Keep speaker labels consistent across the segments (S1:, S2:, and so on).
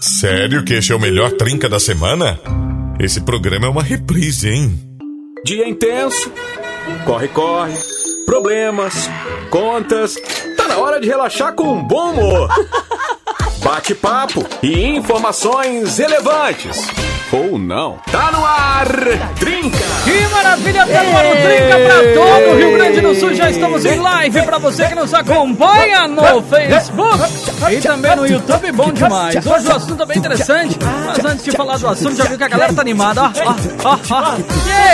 S1: Sério que esse é o melhor trinca da semana? Esse programa é uma reprise, hein?
S2: Dia intenso, corre, corre, problemas, contas. Tá na hora de relaxar com um bom humor. Bate-papo e informações relevantes. Ou não. Tá no ar! Trinca!
S3: Que maravilha, tá no ar o Trinca pra todo o Rio Grande do Sul. Já estamos em live pra você que nos acompanha no Facebook e também no YouTube. Bom demais. Hoje o assunto é bem interessante, mas antes de falar do assunto, já viu que a galera tá animada, ó, ó, ó, ó.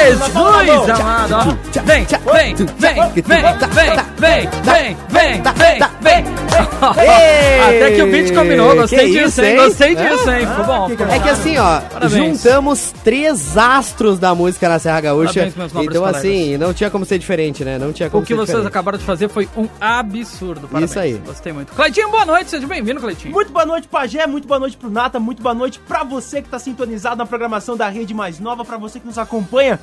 S3: Jesus amado, ó. Vem, vem, vem, vem, vem, vem, vem, vem, vem, vem. Até que o beat combinou, gostei
S4: Que
S3: disso,
S4: isso,
S3: hein?
S4: hein?
S3: Gostei disso, hein? Ficou bom. ficou
S4: É que
S3: bom.
S4: assim, ó,
S3: Parabéns.
S4: juntamos três astros da música na Serra Gaúcha.
S3: Parabéns, meus nobres
S4: então,
S3: colegas.
S4: assim, não tinha como ser diferente, né? Não tinha como
S3: O que
S4: ser
S3: vocês
S4: diferente.
S3: acabaram de fazer foi um absurdo. Parabéns.
S4: Isso aí.
S3: Gostei muito. Cleitinho, boa noite. Seja bem-vindo, Cleitinho.
S5: Muito boa noite, Pajé. Muito boa noite pro Nata. Muito boa noite pra você que tá sintonizado na programação da Rede Mais Nova. Pra você que nos acompanha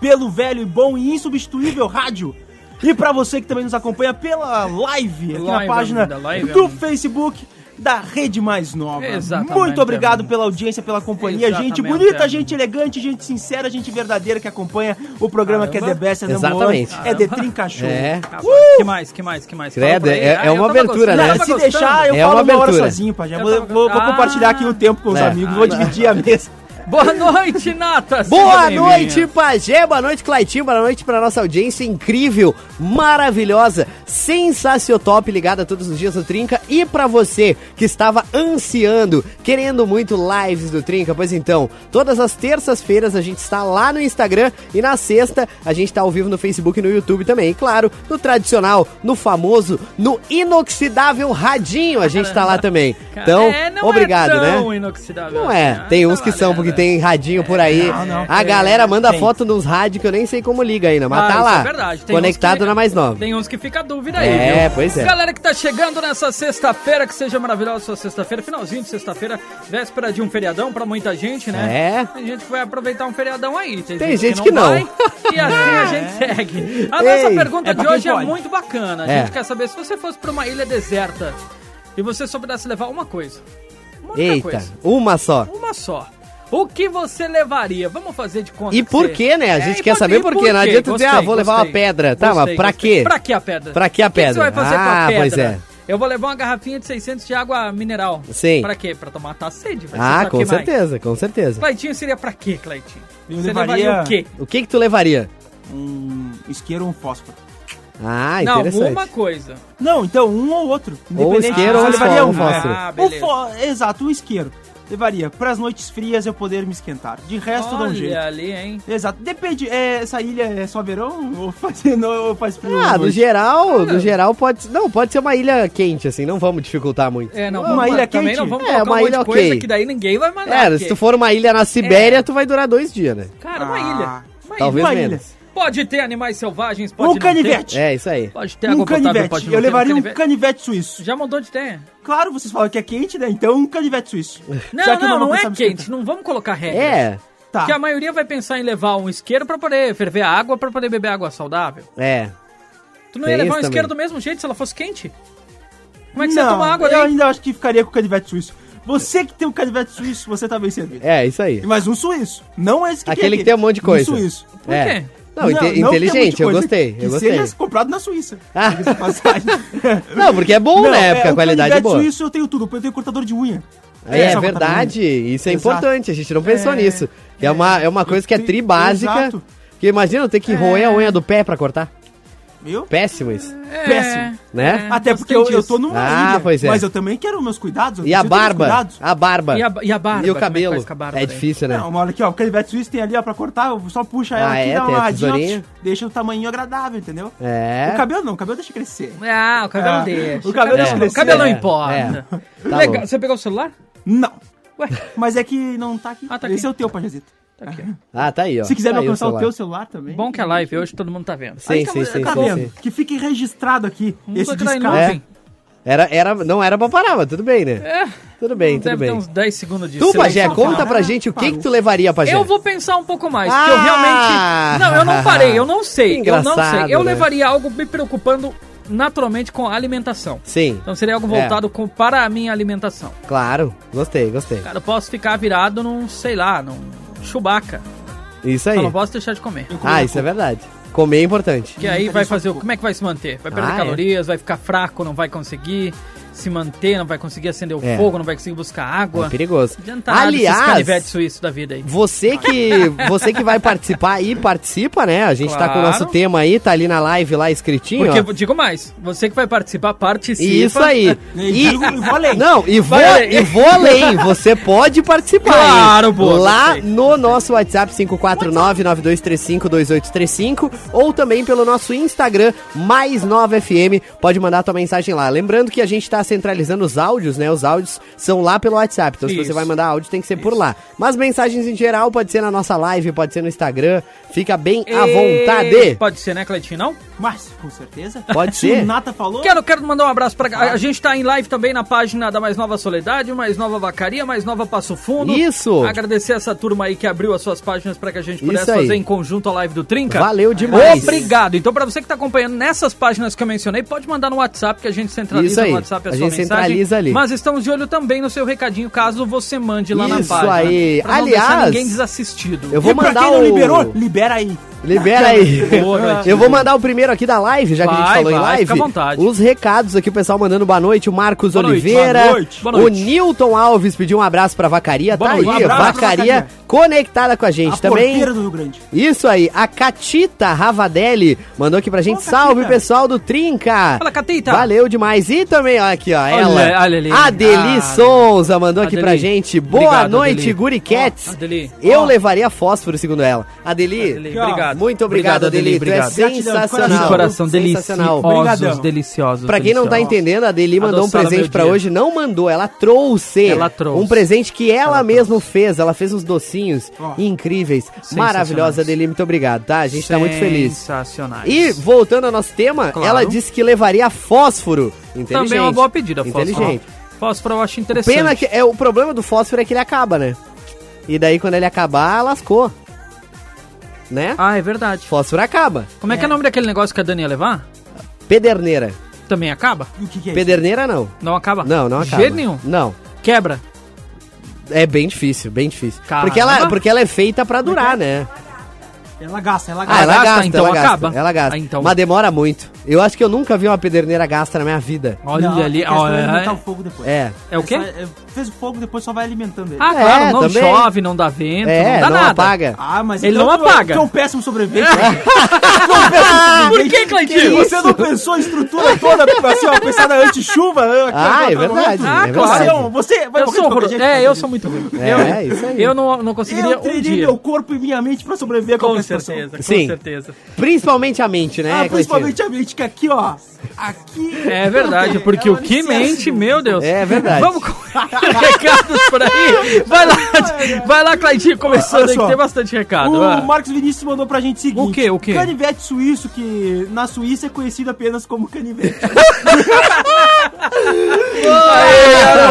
S5: pelo velho, e bom e insubstituível rádio. E pra você que também nos acompanha pela live, aqui
S3: Live,
S5: na página
S3: da live,
S5: do
S3: é.
S5: Facebook da Rede Mais Nova.
S3: Exatamente,
S5: Muito obrigado
S3: é.
S5: pela audiência, pela companhia.
S3: Exatamente,
S5: gente bonita,
S3: é.
S5: gente elegante, gente sincera, gente verdadeira que acompanha o programa que é The
S3: Caramba.
S5: Best é The
S4: Exatamente.
S5: One, É The Trinca Show.
S4: É.
S3: Ah, Que mais, que mais, que mais? Fala
S4: Credo,
S3: por aí. Ah,
S4: é- é
S3: eu
S4: uma
S3: tava
S4: abertura,
S3: gostando,
S4: né?
S3: eu
S5: Cara,
S3: tava
S5: se
S3: gostando.
S5: deixar, eu
S4: É
S5: falo
S4: uma
S5: uma hora
S4: abertura.
S5: sozinho, Pajé.
S3: Eu
S5: Vou,
S3: tava-
S5: vou- vou
S3: Ah.
S5: compartilhar aqui o tempo com os
S4: É.
S5: amigos, vou dividir a mesa.
S3: Boa noite, Nata. seja
S4: Boa
S3: bem-vinda.
S4: noite, Pajé. Boa noite, Claitinho. Boa noite pra nossa audiência incrível, maravilhosa, sensaciotop, ligada todos os dias no Trinca. E pra você que estava ansiando, querendo muito lives do Trinca, pois então, todas as terças-feiras a gente está lá no Instagram e na sexta a gente está ao vivo no Facebook e no YouTube também. E claro, no tradicional, no famoso, no inoxidável Radinho a gente tá lá também. Então,
S3: É, não é
S4: obrigado, né?
S3: tão inoxidável
S4: Não
S3: assim,
S4: é,
S3: né?
S4: tem
S3: Tá
S4: uns que são,
S3: valendo,
S4: porque
S3: né?
S4: tem radinho por aí.
S5: Não, não,
S4: a
S5: tem,
S4: galera manda
S5: tem.
S4: foto nos rádios que eu nem sei como liga ainda, mas
S3: Ah,
S4: tá
S3: isso
S4: lá.
S3: é verdade. Tem uns
S4: conectado
S3: que-
S4: na mais nova.
S3: Tem uns que fica a dúvida aí.
S4: É,
S3: viu?
S4: pois é.
S3: Galera que tá chegando nessa sexta-feira, que seja maravilhosa sua sexta-feira, finalzinho de sexta-feira, véspera de um feriadão pra muita gente, né?
S4: É.
S3: Tem gente que vai aproveitar um feriadão aí.
S4: Tem gente que não. É.
S3: vai, e assim a gente segue. A nossa
S4: Ei,
S3: pergunta
S5: é pra
S3: de
S5: quem
S3: hoje é
S5: pode.
S3: muito bacana. A
S4: É.
S3: gente quer saber se você fosse pra uma ilha deserta e você soubesse levar uma coisa. Uma única
S4: Eita,
S3: coisa.
S4: uma só.
S3: Uma só. O que você levaria? Vamos fazer de conta.
S4: E
S3: que
S4: por
S3: você- É,
S4: quê, né? A gente
S3: e
S4: quer
S3: por-
S4: saber
S3: e
S4: por quê. Não adianta dizer, ah, vou levar uma pedra. Tá, mas pra quê?
S3: Pra que a pedra?
S4: Pra que a
S3: O que você
S4: pedra?
S3: vai fazer com a
S4: Ah,
S3: pedra?
S4: pois é.
S3: Eu vou levar uma garrafinha de 600 de água mineral.
S4: Sim.
S3: Pra quê? Pra tomar tá sede. vai ser
S4: Ah,
S3: só
S4: com
S3: que mais.
S4: certeza, com certeza.
S3: Cleitinho seria pra quê, Cleitinho?
S5: Eu
S3: você
S5: levaria-
S3: levaria o quê?
S4: O que que tu levaria?
S5: Um isqueiro ou um fósforo?
S4: Ah,
S3: Não,
S4: interessante.
S3: uma coisa.
S5: Não, então um ou outro.
S4: isqueiro ou
S5: Eu
S4: um
S5: levaria
S4: fósforo,
S5: um.
S4: um fósforo.
S3: Ah,
S5: Um
S3: beleza.
S5: fó- Exato, um isqueiro. Levaria para as noites frias eu poder me esquentar. De resto, dá um
S3: Olha
S5: jeito.
S3: ali, hein?
S5: Exato. Depende, é, essa ilha é só verão ou faz, não, ou faz frio?
S4: Ah, no
S5: hoje?
S4: geral, no geral pode, não, pode ser uma ilha quente assim, não vamos dificultar muito.
S3: É, não,
S5: Uma
S3: vamos,
S5: ilha
S3: também
S5: quente?
S3: não vamos
S4: É,
S3: colocar
S4: uma
S3: um monte
S4: ilha
S3: de
S4: ok.
S3: coisa que daí ninguém vai mandar.
S4: É, se
S3: porque-
S4: tu for uma ilha na Sibéria, tu vai durar dois dias, né?
S3: Cara, uma
S5: Ah,
S3: ilha. É. Uma
S4: Talvez
S5: uma ilha.
S4: menos.
S3: Pode ter animais selvagens, pode
S5: Um
S3: não ter.
S5: canivete.
S4: É, isso aí.
S3: Pode ter água
S5: Um
S3: potável,
S5: canivete.
S3: pode
S5: Eu
S3: não ter.
S5: levaria um canivete suíço.
S3: Já montou de ter.
S5: Claro, vocês falam que é quente, né? Então um canivete suíço.
S3: Não,
S5: Já que eu
S3: não, não,
S5: vou
S3: é
S5: pensar em
S3: quente. Não vamos colocar regra.
S4: É,
S5: esquentar. Tá.
S3: Porque a maioria vai pensar em levar um isqueiro pra poder ferver a água, pra poder beber água saudável.
S4: é.
S3: Tu não ia
S4: Tem
S3: levar um
S4: isso
S3: isqueiro do
S4: também.
S3: mesmo jeito se ela fosse quente? Como é que você
S5: não,
S3: toma água
S5: Eu
S3: daí?
S5: ainda acho que ficaria com o canivete suíço. Você que tem um canivete suíço, você tá bem servido.
S4: É, isso aí.
S5: Mas um suíço. Não esse que
S4: Aquele
S5: aqui.
S4: que tem um monte de
S5: Um
S4: coisa.
S5: suíço.
S3: Por
S4: é.
S3: quê?
S4: Não, inte-
S5: que tem um monte de
S4: inteligente, eu
S5: coisa
S4: gostei,
S5: que
S4: eu gostei.
S5: seja comprado na Suíça.
S4: Ah.
S5: Diga-se de passagem.
S4: Não, porque é bom,
S5: Não,
S4: né? Porque
S5: é,
S4: a
S5: o
S4: qualidade é
S5: canivete
S4: boa.
S5: suíço eu tenho tudo, eu tenho cortador de unha.
S4: É,
S5: Essa
S4: é verdade, isso é
S5: Exato.
S4: importante, a gente não pensou nisso. É, uma, é uma coisa que é
S5: Tem-
S4: tri básica.
S5: exato. É.
S4: Porque imagina eu ter que roer a unha do pé pra cortar.
S5: Viu?
S4: Péssimo isso,
S3: É,
S5: Péssimo.
S4: né?
S5: Até porque eu, eu tô numa
S4: Ah,
S5: ilha,
S4: pois é.
S5: mas eu também quero meus cuidados. eu
S4: E a
S5: preciso ter meus
S4: barba?
S5: cuidados.
S4: A barba.
S3: E a, e a barba?
S4: E
S3: Como
S4: o
S3: é que
S4: cabelo.
S3: faz com a barba daí?
S4: É difícil, né?
S5: Não, olha aqui, ó, o canivete suíço tem ali, ó, pra cortar, eu só puxa ela
S4: Ah,
S5: aqui,
S4: é?
S5: dá
S4: Tem
S5: uma
S4: a
S5: radinha,
S4: tesourinha?
S5: deixa o tamanho agradável, entendeu?
S4: É.
S5: O cabelo não, o cabelo deixa crescer.
S3: Ah, o cabelo
S5: Ah,
S3: deixa.
S5: o cabelo
S3: não-
S5: cresceu.
S3: O cabelo não
S4: É,
S3: importa.
S4: é. Tá
S3: Legal.
S4: bom.
S3: Você pegou o celular?
S5: Não.
S3: Ué,
S5: Mas é que não tá aqui.
S3: Ah, tá
S5: Esse
S3: aqui.
S5: é o teu, Pajazito.
S3: tá aqui.
S4: Ah, tá aí, ó.
S5: Se quiser
S4: tá
S5: me
S4: aí
S5: alcançar o
S4: celular.
S5: teu celular também.
S3: Bom que a live hoje todo mundo tá vendo.
S4: Sim, sim, sim,
S5: Tá
S4: sim,
S5: vendo?
S4: sim.
S5: Que fique registrado aqui
S3: Não
S5: esse É,
S3: tô traindo,
S5: descargo.
S4: É?
S3: não, enfim.
S4: Era, era, não era pra parar, mas tudo bem, né?
S3: É,
S4: Tudo bem, tudo
S3: deve ter
S4: bem.
S3: uns 10 segundos de
S4: Tu,
S3: silêncio.
S4: Pajé, conta
S5: cara.
S4: pra gente o que que tu levaria, Pajé.
S3: Eu vou pensar um pouco mais, porque eu
S4: Ah!
S3: realmente. Não, eu não parei, eu não sei. Eu não
S4: Engraçado,
S3: sei. Eu
S4: né?
S3: levaria algo me preocupando naturalmente com a alimentação.
S4: Sim,
S3: Então seria
S4: É.
S3: algo voltado com, para a minha alimentação.
S4: claro. Gostei, gostei.
S3: Cara, eu posso ficar virado num, sei lá, num Chewbacca.
S4: Isso aí.
S3: Só não posso deixar de comer.
S4: Ah, isso é verdade. Comer é importante.
S3: Porque aí vai fazer o. Como é que vai se manter? Vai perder
S4: Ah, é.
S3: calorias, vai ficar fraco, não vai conseguir se manter, não vai conseguir acender o
S4: É.
S3: fogo, não vai conseguir buscar água.
S4: É perigoso.
S3: Não adianta nada esses canivetes
S4: Aliás,
S3: suíços da vida aí.
S4: você que você que vai participar e participa, né? A gente tá com o nosso
S3: Claro.
S4: tema aí, tá ali na live lá escritinho.
S3: Porque,
S4: ó.
S3: digo mais, você que vai participar, participa.
S4: E isso aí.
S5: E digo- e vou além.
S4: Não, e vou,
S3: Vai além.
S4: e vou além. Você pode participar. hein?
S3: Claro, pô,
S4: Lá
S3: gostei.
S4: no nosso WhatsApp 549-9235-2835 ou também pelo nosso Instagram, mais 9FM. Pode mandar tua mensagem lá. Lembrando que a gente tá centralizando os áudios, né? Os áudios são lá pelo WhatsApp. Então, se você
S3: Isso.
S4: vai mandar áudio, tem que ser por lá. Mas mensagens em geral pode ser na nossa live, pode ser no Instagram. Fica bem à
S3: E-
S4: vontade.
S3: Pode ser, né, Cleitinho? Não?
S5: Mas, com certeza.
S4: Pode
S5: Se
S4: ser.
S5: O Nata falou.
S3: Quero, quero mandar um abraço pra. A, a gente tá em live também na página da Mais Nova Soledade, Mais Nova Vacaria, Mais Nova Passo Fundo.
S4: Isso.
S3: Agradecer essa turma aí que abriu as suas páginas pra que a gente
S4: Isso
S3: pudesse
S4: aí.
S3: fazer em conjunto a live do Trinca.
S4: Valeu demais.
S3: Obrigado. Então, pra você que tá acompanhando nessas páginas que eu mencionei, pode mandar no WhatsApp, que a gente centraliza
S4: Isso aí.
S3: no WhatsApp a,
S4: A
S3: sua
S4: gente
S3: mensagem.
S4: centraliza ali.
S3: Mas estamos de olho também no seu recadinho, caso você mande lá na
S4: Isso
S3: página.
S4: aí.
S3: Pra não
S4: Aliás,
S3: deixar ninguém desassistido.
S4: Eu vou
S5: e pra
S4: mandar
S5: quem não
S4: o-
S5: liberou, libera aí.
S4: Libera aí.
S3: Boa noite.
S4: Eu vou mandar o primeiro aqui da live, já que a gente
S3: Vai,
S4: falou em
S3: vai,
S4: live.
S3: fica à vontade.
S4: Os recados aqui, o pessoal mandando boa noite, o Marcos
S3: Boa noite,
S4: Oliveira.
S3: boa noite, boa noite.
S4: O Nilton Alves pediu um abraço pra Vacaria,
S3: Boa
S4: tá
S3: noite, um
S4: aí, ó,
S5: abraço pra
S4: Vacaria
S5: Vacaria.
S4: conectada com a gente
S5: A
S4: também.
S5: porteira do Rio Grande.
S4: Isso aí, a Catita Ravadelli mandou aqui pra gente.
S5: Ô, Catita.
S4: Salve, pessoal do Trinca!
S3: Fala, Catita.
S4: Valeu demais! E também, ó, aqui, ó, ela.
S3: olha ali.
S4: A Deli
S3: Ah,
S4: Souza mandou aqui pra
S3: Adeli.
S4: gente. Boa
S3: Obrigado,
S4: noite,
S3: Adeli.
S4: Guri
S3: Ó,
S4: Cats.
S3: Adeli.
S4: Eu
S5: Ó.
S4: levaria fósforo, segundo ela. Adeli,
S3: Adeli, obrigado.
S4: muito obrigado, Adeli. Tu é
S3: Obrigado.
S4: sensacional.
S5: De
S3: coração,
S4: sensacional.
S3: deliciosos,
S5: Obrigadão.
S3: deliciosos.
S4: Pra quem não tá
S3: deliciosos.
S4: entendendo, a Deli mandou um
S3: Adoçaram
S4: presente
S3: meu
S4: pra
S3: dia.
S4: hoje. Não mandou, ela trouxe.
S3: Ela trouxe.
S4: Um presente que ela, mesma fez. Ela fez uns docinhos
S5: Ó.
S4: incríveis.
S3: Sensacionais.
S4: Maravilhosa, Deli. Muito obrigado, tá? A gente tá muito feliz.
S3: Sensacionais.
S4: E, voltando ao nosso tema,
S3: Claro.
S4: ela disse que levaria fósforo. Inteligente.
S3: Também é uma boa pedida, fósforo.
S4: Inteligente.
S3: Fósforo eu acho interessante.
S4: Pena que é, o problema do fósforo é que ele acaba, né? E daí, quando ele acabar, lascou. Né?
S3: Ah, é verdade.
S4: Fósforo acaba.
S3: Como é, que é o nome daquele negócio que a Dani ia levar?
S4: Pederneira.
S3: Também acaba?
S5: E o que, que é isso?
S4: Pederneira não.
S3: Não acaba?
S4: Não, não acaba.
S3: Ah, De jeito nenhum.
S4: Não.
S3: Quebra.
S4: É bem difícil, bem difícil.
S3: Caramba.
S4: Porque ela, porque ela é feita pra durar, né?
S5: Ela gasta, ela
S4: Ah,
S5: gasta.
S4: ela
S3: gasta,
S4: gasta,
S3: então
S4: ela gasta.
S3: acaba.
S4: Ela gasta.
S3: Ah, então.
S4: Mas demora muito. Eu acho que eu nunca vi uma pederneira gasta na minha vida.
S3: Olha
S5: Não,
S3: ali.
S5: a questão é alimentar o
S3: Olha.
S5: fogo depois.
S4: É.
S3: É o quê?
S5: só- é, fez o fogo, depois só vai alimentando ele.
S3: Ah,
S4: É,
S3: claro, não
S4: também.
S3: chove, não dá vento,
S4: é,
S3: não dá
S4: não
S3: nada.
S4: apaga.
S5: Ah, mas
S3: Ele não
S5: tu é-
S3: apaga.
S5: Tu é um péssimo sobrevivente. né?
S3: Por que, Cleitinho?
S5: Você não pensou a estrutura toda, assim, ó, pensar na anti-chuva. né?
S4: Ah, é verdade.
S5: Você,
S3: Ah,
S4: é
S3: claro.
S5: é
S4: verdade.
S5: um- você vai
S3: Eu
S5: morrer de
S3: sou
S5: qualquer
S3: horroroso.
S5: jeito,
S3: É,
S5: cara.
S3: eu sou muito ruim.
S4: É,
S3: eu, né?
S4: é isso aí.
S3: Eu não, não conseguiria
S5: Eu
S3: um
S5: treinei
S3: dia.
S5: meu corpo e minha mente pra sobreviver a
S3: Com
S5: qualquer
S3: certeza, com
S4: Sim.
S3: certeza.
S4: Principalmente a mente, né,
S5: situação. Ah,
S4: Cleitinho?
S5: principalmente a mente, que aqui, ó. Aqui.
S3: É verdade, porque o que mente, meu Deus.
S4: É verdade.
S3: Vamos com recados por aí. Vai lá, vai lá, Claudinho, começando
S5: Olha
S3: aí, que
S5: só.
S3: tem bastante recado. vai.
S5: assim, O Marcos Vinícius mandou pra gente o seguinte:
S3: O quê, o quê?
S5: Canivete suíço, que na Suíça é conhecido apenas como canivete.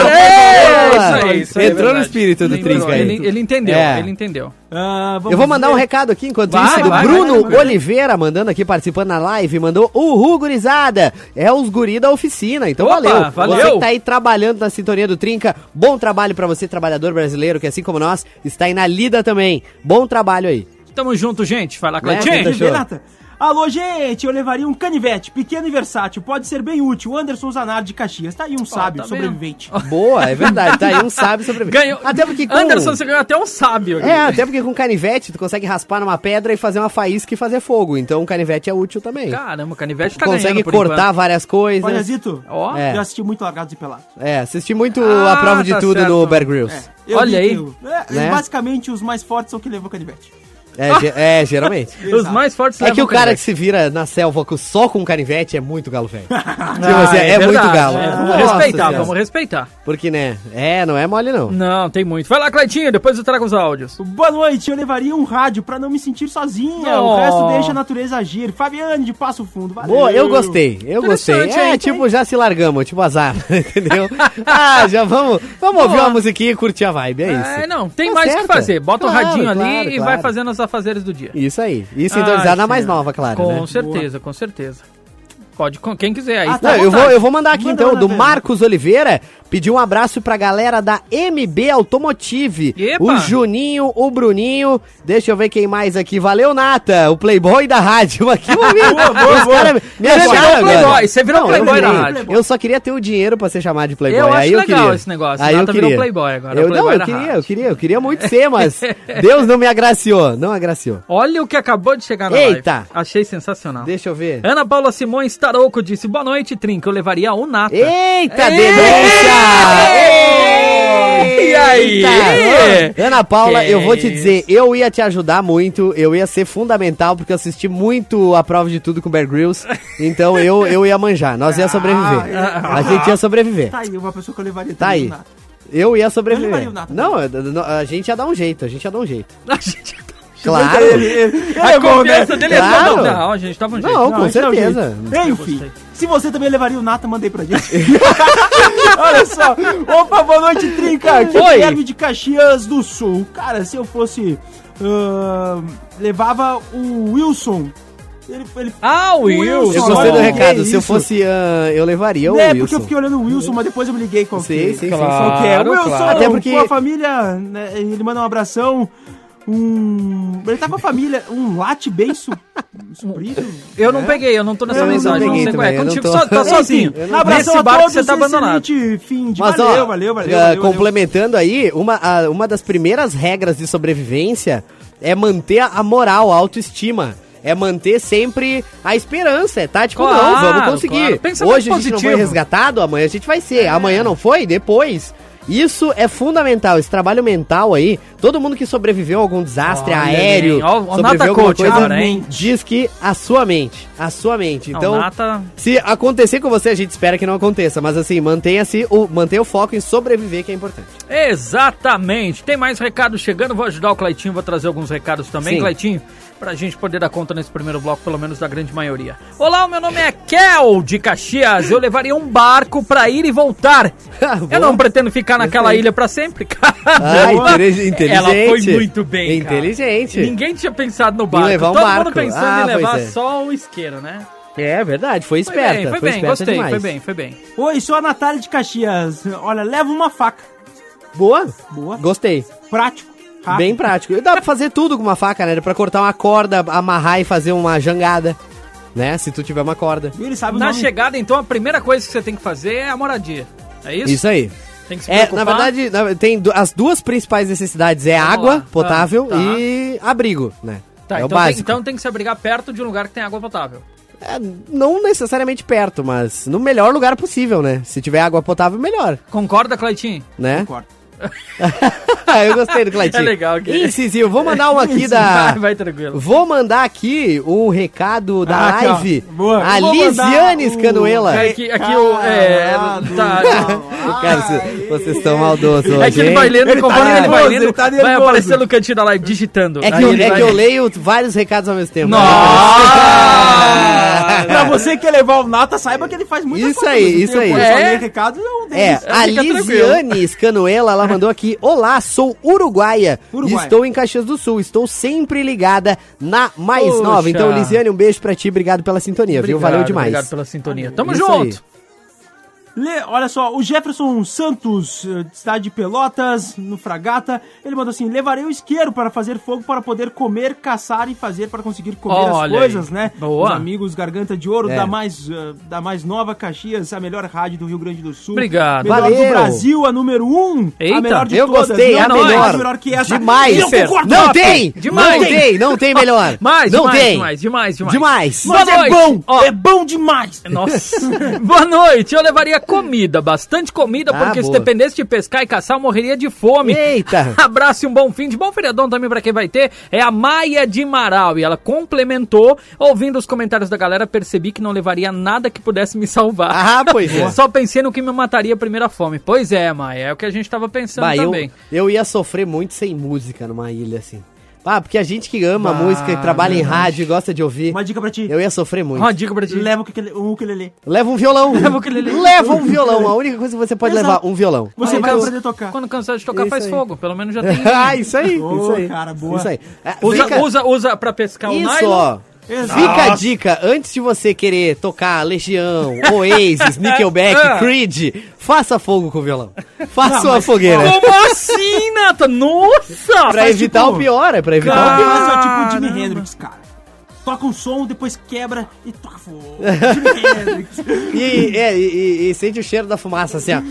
S3: É, isso aí, isso aí é
S4: Entrou no
S3: verdade.
S4: espírito do
S3: Lembrou,
S4: Trisca aí.
S3: Ele, ele entendeu,
S4: É.
S3: ele entendeu.
S5: Ah, vamos
S4: Eu vou mandar um
S5: ver.
S4: recado aqui enquanto
S3: Vai,
S4: isso do
S3: vai,
S4: Bruno
S3: vai, vai, vai.
S4: Oliveira, mandando aqui, participando na live, mandou Uhul, gurizada! É os guri da oficina, então
S3: Opa,
S4: valeu.
S3: valeu.
S4: Você que tá aí trabalhando na sintonia do Trinca, bom trabalho pra você, trabalhador brasileiro, que assim como nós, está aí na lida também. Bom trabalho aí.
S3: Tamo junto, gente. Vai lá,
S4: Né,
S3: Claudinho.
S4: Cleitinho?
S5: Vê, Nata. Alô, gente, eu levaria um canivete, pequeno e versátil, pode ser bem útil. Anderson Zanardi de Caxias, tá aí um sábio,
S3: tá
S5: sobrevivente.
S4: Boa, é verdade, tá aí um sábio sobre
S3: Ganhou.
S4: Até porque com...
S3: Anderson, você ganhou até um sábio. aqui.
S4: É, até porque com canivete tu consegue raspar numa pedra e fazer uma faísca e fazer fogo, então o canivete é útil também.
S3: Caramba, o Canivete tá
S4: consegue
S3: ganhando por
S4: cortar
S3: enquanto.
S4: várias coisas.
S5: Olha, Zito,
S3: Ó.
S4: É.
S5: eu assisti muito Largados e Pelados.
S4: É, assisti muito
S3: Ah,
S4: a prova de
S3: tá
S4: tudo
S3: certo.
S4: no Bear Grylls.
S5: É, eu
S3: Olha
S5: vi
S3: aí.
S5: que eu- é,
S4: Né?
S5: Basicamente, os mais fortes são que levam canivete.
S4: É, ge- é, geralmente.
S3: Os mais fortes
S4: É que o cara que
S3: que
S4: se vira na selva com- só com canivete é muito galo velho. Tipo
S3: Ah,
S4: assim, é, muito
S3: verdade,
S4: galo.
S3: é. Vamos
S4: Nossa
S3: respeitar,
S4: senhora.
S3: vamos respeitar.
S4: Porque, né? É, não é mole não.
S3: Não, tem muito. Vai lá, Cleitinho, depois eu trago os áudios.
S5: Boa noite, eu levaria um rádio pra não me sentir sozinha.
S3: Oh.
S5: O resto deixa a natureza agir. Fabiane de Passo Fundo, valeu.
S4: Boa, eu gostei, eu gostei.
S3: Hum, Interessante,
S4: É,
S3: hein?
S4: tipo, já se largamos, tipo azar, entendeu? ah, já vamos, vamos ouvir uma musiquinha e curtir a vibe, é isso.
S3: É, não, tem
S4: Tá
S3: mais o que
S4: certo.
S3: fazer. Bota
S4: Claro,
S3: o radinho ali
S4: claro,
S3: e
S4: claro.
S3: vai fazendo as afazeres do dia.
S4: Isso aí. E
S3: Ai,
S4: sintonizar na mais
S3: senhora.
S4: nova, claro,
S3: Com
S4: né?
S3: certeza, com certeza. Pode, com quem quiser. Aí tá.
S5: Ah, tá.
S4: Não, eu,
S5: vontade.
S4: vou, eu vou mandar aqui
S5: Manda,
S4: então,
S5: manda,
S4: do
S5: manda.
S4: Marcos Oliveira. Pedir um abraço pra galera da MB Automotive.
S3: Epa!
S4: O Juninho, o Bruninho. Deixa eu ver quem mais aqui. Valeu, Nata, o Playboy da rádio. Aqui, momento. Os caras me
S3: Você virou
S4: acharam agora.
S3: Playboy, você virou
S4: Não,
S3: Playboy
S4: eu
S3: da
S4: virei.
S3: rádio.
S4: Eu só queria ter o dinheiro pra ser chamado de Playboy.
S3: Eu acho
S4: Aí eu
S3: legal
S4: queria.
S3: esse negócio.
S4: Aí eu
S3: Nata virou
S4: queria.
S3: Playboy agora,
S4: Eu,
S3: Playboy
S4: não, eu
S3: da
S4: queria,
S3: rádio.
S4: eu queria, eu queria muito ser, mas Deus não me agraciou. Não agraciou.
S3: Olha o que acabou de chegar na
S4: Eita!
S3: live. Achei sensacional.
S4: Deixa eu ver.
S3: Ana Paula Simões Tarouco disse, boa noite, Trinca, eu levaria o Nata.
S4: Eita,
S3: Eita!
S4: denúncia!
S3: E aí?
S4: Eita! Ana Paula,
S3: Que
S4: eu vou te dizer, eu ia te ajudar muito, eu ia ser fundamental, porque eu assisti muito a prova de tudo com o Bear Grylls, então eu, eu ia manjar, nós
S5: Ah,
S4: ia sobreviver. A gente ia sobreviver.
S5: Tá aí, uma pessoa que eu levaria
S4: Tá
S5: também,
S4: aí.
S5: Nata.
S4: Eu ia
S5: Eu
S4: sobreviver.
S5: levaria o Nathan.
S4: Não, eu- eu- a gente ia dar um jeito, a gente ia dar um jeito.
S3: A gente-
S4: Claro.
S3: A
S5: É bom, né?
S3: confiança dele é
S4: Claro.
S3: toda. Não, a gente tava um jeito.
S4: Não, Oh, com
S5: Não, esse é o
S4: certeza.
S5: jeito. Ei, filho, se você também levaria o Nata, mandei pra gente. Olha só. Opa, boa noite, Trinca. Aqui é
S4: Oi.
S5: Guilherme de Caxias do Sul. Cara, se eu fosse... ahn, levava o Wilson. Ele... ele...
S3: Ah, o Wilson.
S4: Eu
S5: Wilson,
S4: gostei do
S5: Olha,
S4: recado,
S5: que
S4: se eu
S5: isso.
S4: fosse, ah, eu levaria o
S5: é,
S4: Wilson.
S5: porque eu fiquei olhando o Wilson, mas depois eu me liguei com o
S4: Sim, sim, sim.
S3: Claro.
S5: que é o Wilson,
S3: claro.
S4: Até porque-
S5: com a família, né, ele manda um abração, um... Ele tá com a família, um latte bem su... suprido.
S3: Eu não peguei, eu não tô nessa
S4: Eu não
S3: mensagem. Não
S4: peguei
S3: sei qual é.
S4: também, eu
S3: Contigo
S4: não
S3: só,
S4: tô.
S3: tá sozinho.
S5: Enfim, abração
S3: Nesse
S5: a
S3: barco
S5: todos,
S3: você tá abandonado.
S5: excelente fim de...
S4: Mas,
S5: valeu,
S4: ó,
S5: valeu, valeu,
S4: ah,
S5: valeu, valeu.
S4: complementando aí, uma, a- uma das primeiras regras de sobrevivência é manter a moral, a autoestima. É manter sempre a esperança. É tá? Tipo, não,
S3: Claro,
S4: vamos conseguir.
S3: claro. Pensamento
S4: Hoje a gente não foi
S3: positivo.
S4: resgatado, amanhã a gente vai ser. Amanhã não foi, depois. Isso é fundamental, esse trabalho mental aí. Todo mundo que sobreviveu a algum desastre
S3: Olha,
S4: aéreo,
S3: hein, ó, o
S4: sobreviveu a
S3: Nata
S4: alguma
S3: Coach
S4: coisa,
S3: agora, hein?
S4: diz que a sua mente, a sua mente.
S3: Não,
S4: Então,
S3: Nata-
S4: se acontecer com você, a gente espera que não aconteça, mas assim, mantenha-se o mantenha o foco em sobreviver que é importante.
S3: Exatamente. Tem mais recados chegando. Vou ajudar o Claitinho, vou trazer alguns recados também,
S4: Sim.
S3: Claitinho, pra gente poder dar conta nesse primeiro bloco, pelo menos da grande maioria. Olá, o meu nome é Kel de Caxias. Eu levaria um barco pra ir e voltar.
S4: Ah, boa.
S3: Eu não pretendo ficar naquela ilha pra sempre, cara.
S4: Ah,
S3: Boa.
S4: intele- inteligente.
S3: Ela foi muito bem, cara.
S4: Inteligente.
S3: Ninguém tinha pensado no barco.
S4: levar um
S3: Todo
S4: barco.
S3: mundo pensando
S4: Ah,
S3: em
S4: pois
S3: levar
S4: é.
S3: só um isqueiro, né?
S4: É verdade, foi
S3: Foi
S4: esperta,
S3: bem, foi, bem,
S4: esperta
S3: gostei,
S4: demais.
S3: foi bem, foi bem.
S5: Oi, sou a Natália de Caxias. Olha, leva uma faca.
S4: Boa?
S5: Boa.
S4: Gostei.
S5: Prático. rápido.
S4: Bem prático. Dá pra fazer tudo com uma faca, né? Dá pra cortar uma corda, amarrar e fazer uma jangada, né? Se tu tiver uma corda.
S5: E Ele sabe o
S3: Na
S5: nome.
S3: chegada, então, a primeira coisa que você tem que fazer é a moradia. É isso?
S4: Isso aí.
S3: Tem que se
S4: É,
S3: preocupar.
S4: na verdade, na- tem du- as duas principais necessidades é
S3: Vamos
S4: água
S3: lá.
S4: potável
S3: Tá, tá.
S4: e abrigo, né?
S3: Tá,
S4: é
S3: então,
S4: o
S3: tem,
S4: básico.
S3: então tem que se abrigar perto de um lugar que tem água potável.
S4: É, não necessariamente perto, mas no melhor lugar possível, né? Se tiver água potável, melhor,
S3: Concorda, Claitinho?
S4: né?
S5: Concordo.
S4: Eu gostei do Cleitinho.
S3: É legal que-
S4: Incisivo, vou mandar um aqui da...
S3: Vai, vai tranquilo.
S4: Vou mandar aqui um recado da
S5: Ah, aqui, ó.
S4: live.
S5: Boa.
S4: A
S5: Vou mandar
S4: Lisiane
S5: o-
S4: Scanoela.
S3: É, aqui aqui o. É,
S5: Caralho.
S3: tá,
S4: Cara, cê- vocês estão maldosos
S3: é que ele vai
S4: hein?
S3: lendo,
S5: Ele tá
S3: conforme ele vai
S5: nervoso,
S3: lendo,
S5: ele tá
S3: vai
S5: nervoso.
S3: aparecer no cantinho da live digitando.
S4: É que,
S3: Aí
S4: eu,
S3: ele
S4: é
S3: vai-
S4: que eu leio vários recados ao mesmo tempo.
S3: Nossa!
S5: Pra você que é levar o Nata, saiba que ele faz
S4: Ah! É.
S5: muita
S4: Isso
S5: coisa
S4: aí,
S5: ao mesmo
S4: isso
S5: tempo.
S4: aí.
S5: Eu só
S3: É?
S5: leio recados e eu
S4: É,
S5: deixo.
S4: a
S3: Fica
S4: Lisiane Scanoela, ela mandou aqui: Olá, sou uruguaia
S5: Uruguaia.
S4: e estou em Caxias do Sul. Estou sempre ligada na Mais
S3: Poxa.
S4: Nova. Então, Lisiane, um beijo pra ti. Obrigado pela sintonia, viu? Valeu demais.
S3: Obrigado pela sintonia. Tamo
S4: Isso
S3: junto.
S5: Lê, olha só, o Jefferson Santos, eh, de cidade de Pelotas, no Fragata, ele mandou assim: levarei o isqueiro para fazer fogo para poder comer, caçar e fazer para conseguir comer
S3: Olha
S5: as coisas,
S3: aí.
S5: né?
S3: Boa.
S5: Os amigos Garganta de Ouro,
S4: É.
S5: da, mais, eh, da mais nova Caxias, a melhor rádio do Rio Grande do Sul.
S3: Obrigado.
S5: Melhor
S4: Valeu.
S5: do Brasil, a número um,
S3: Eita,
S5: a melhor de
S4: Eu
S5: todas.
S4: gostei, é a
S5: não tem
S4: melhor.
S5: mais melhor que essa.
S4: Demais.
S5: Eu concordo,
S4: não
S5: Rafa.
S4: tem!
S3: Demais.
S4: Não tem, não tem melhor.
S3: Mais,
S4: não
S3: demais,
S4: tem.
S3: demais, demais, demais.
S4: Demais.
S5: Mas
S3: Boa
S5: é
S3: noite.
S5: bom!
S3: Ó.
S5: É bom demais!
S3: Nossa. boa noite. Eu levaria comida, bastante comida,
S4: Ah,
S3: porque se
S4: boa.
S3: dependesse de pescar e caçar, eu morreria de fome.
S4: Eita.
S3: Abraço e um bom fim de bom feriadão também pra quem vai ter. É a Maia de Marau e ela complementou. Ouvindo os comentários da galera, percebi que não levaria nada que pudesse me salvar.
S4: Ah, pois é.
S3: Só pensei no que me mataria a primeira fome. Pois é, Maia, é o que a gente tava pensando
S4: Bah, eu,
S3: também.
S4: eu ia sofrer muito sem música numa ilha assim. Ah, porque a gente que ama
S3: Bah,
S4: música e trabalha em
S3: verdade.
S4: rádio e gosta de ouvir,
S5: Uma dica pra ti:
S4: eu ia sofrer muito.
S3: Uma dica pra ti.
S5: leva o que o ukulele.
S4: Leva um violão.
S3: Leva o ukulele.
S4: Leva um violão. A única coisa que você pode
S5: Exato.
S4: levar, um violão.
S5: Você
S3: Aí,
S5: vai
S3: quando-
S5: aprender a tocar.
S3: Quando cansar de tocar,
S4: Isso
S3: faz
S4: aí.
S3: fogo. Pelo menos já tem.
S4: ah, isso aí.
S5: Ô,
S4: isso aí.
S5: cara, boa.
S4: Isso aí. É,
S3: Usa,
S4: vem cá.
S3: usa, usa pra pescar o
S4: Isso,
S3: nylon.
S4: ó. Fica a dica, antes de você querer tocar Legião, Oasis, Nickelback,
S3: Ah.
S4: Creed, faça fogo com o violão. Faça uma fogueira.
S3: Como assim, Nathan? Nossa!
S4: Pra
S3: Faz
S4: evitar
S3: tipo-
S4: o pior, é pra evitar
S3: Cara.
S4: o pior.
S5: Mas é tipo o
S3: Caramba.
S5: Jimi Hendrix, cara. Toca um som, depois quebra e toca fogo. Jimi Hendrix.
S4: E, é, e- e- e sente o cheiro da fumaça, assim, ó.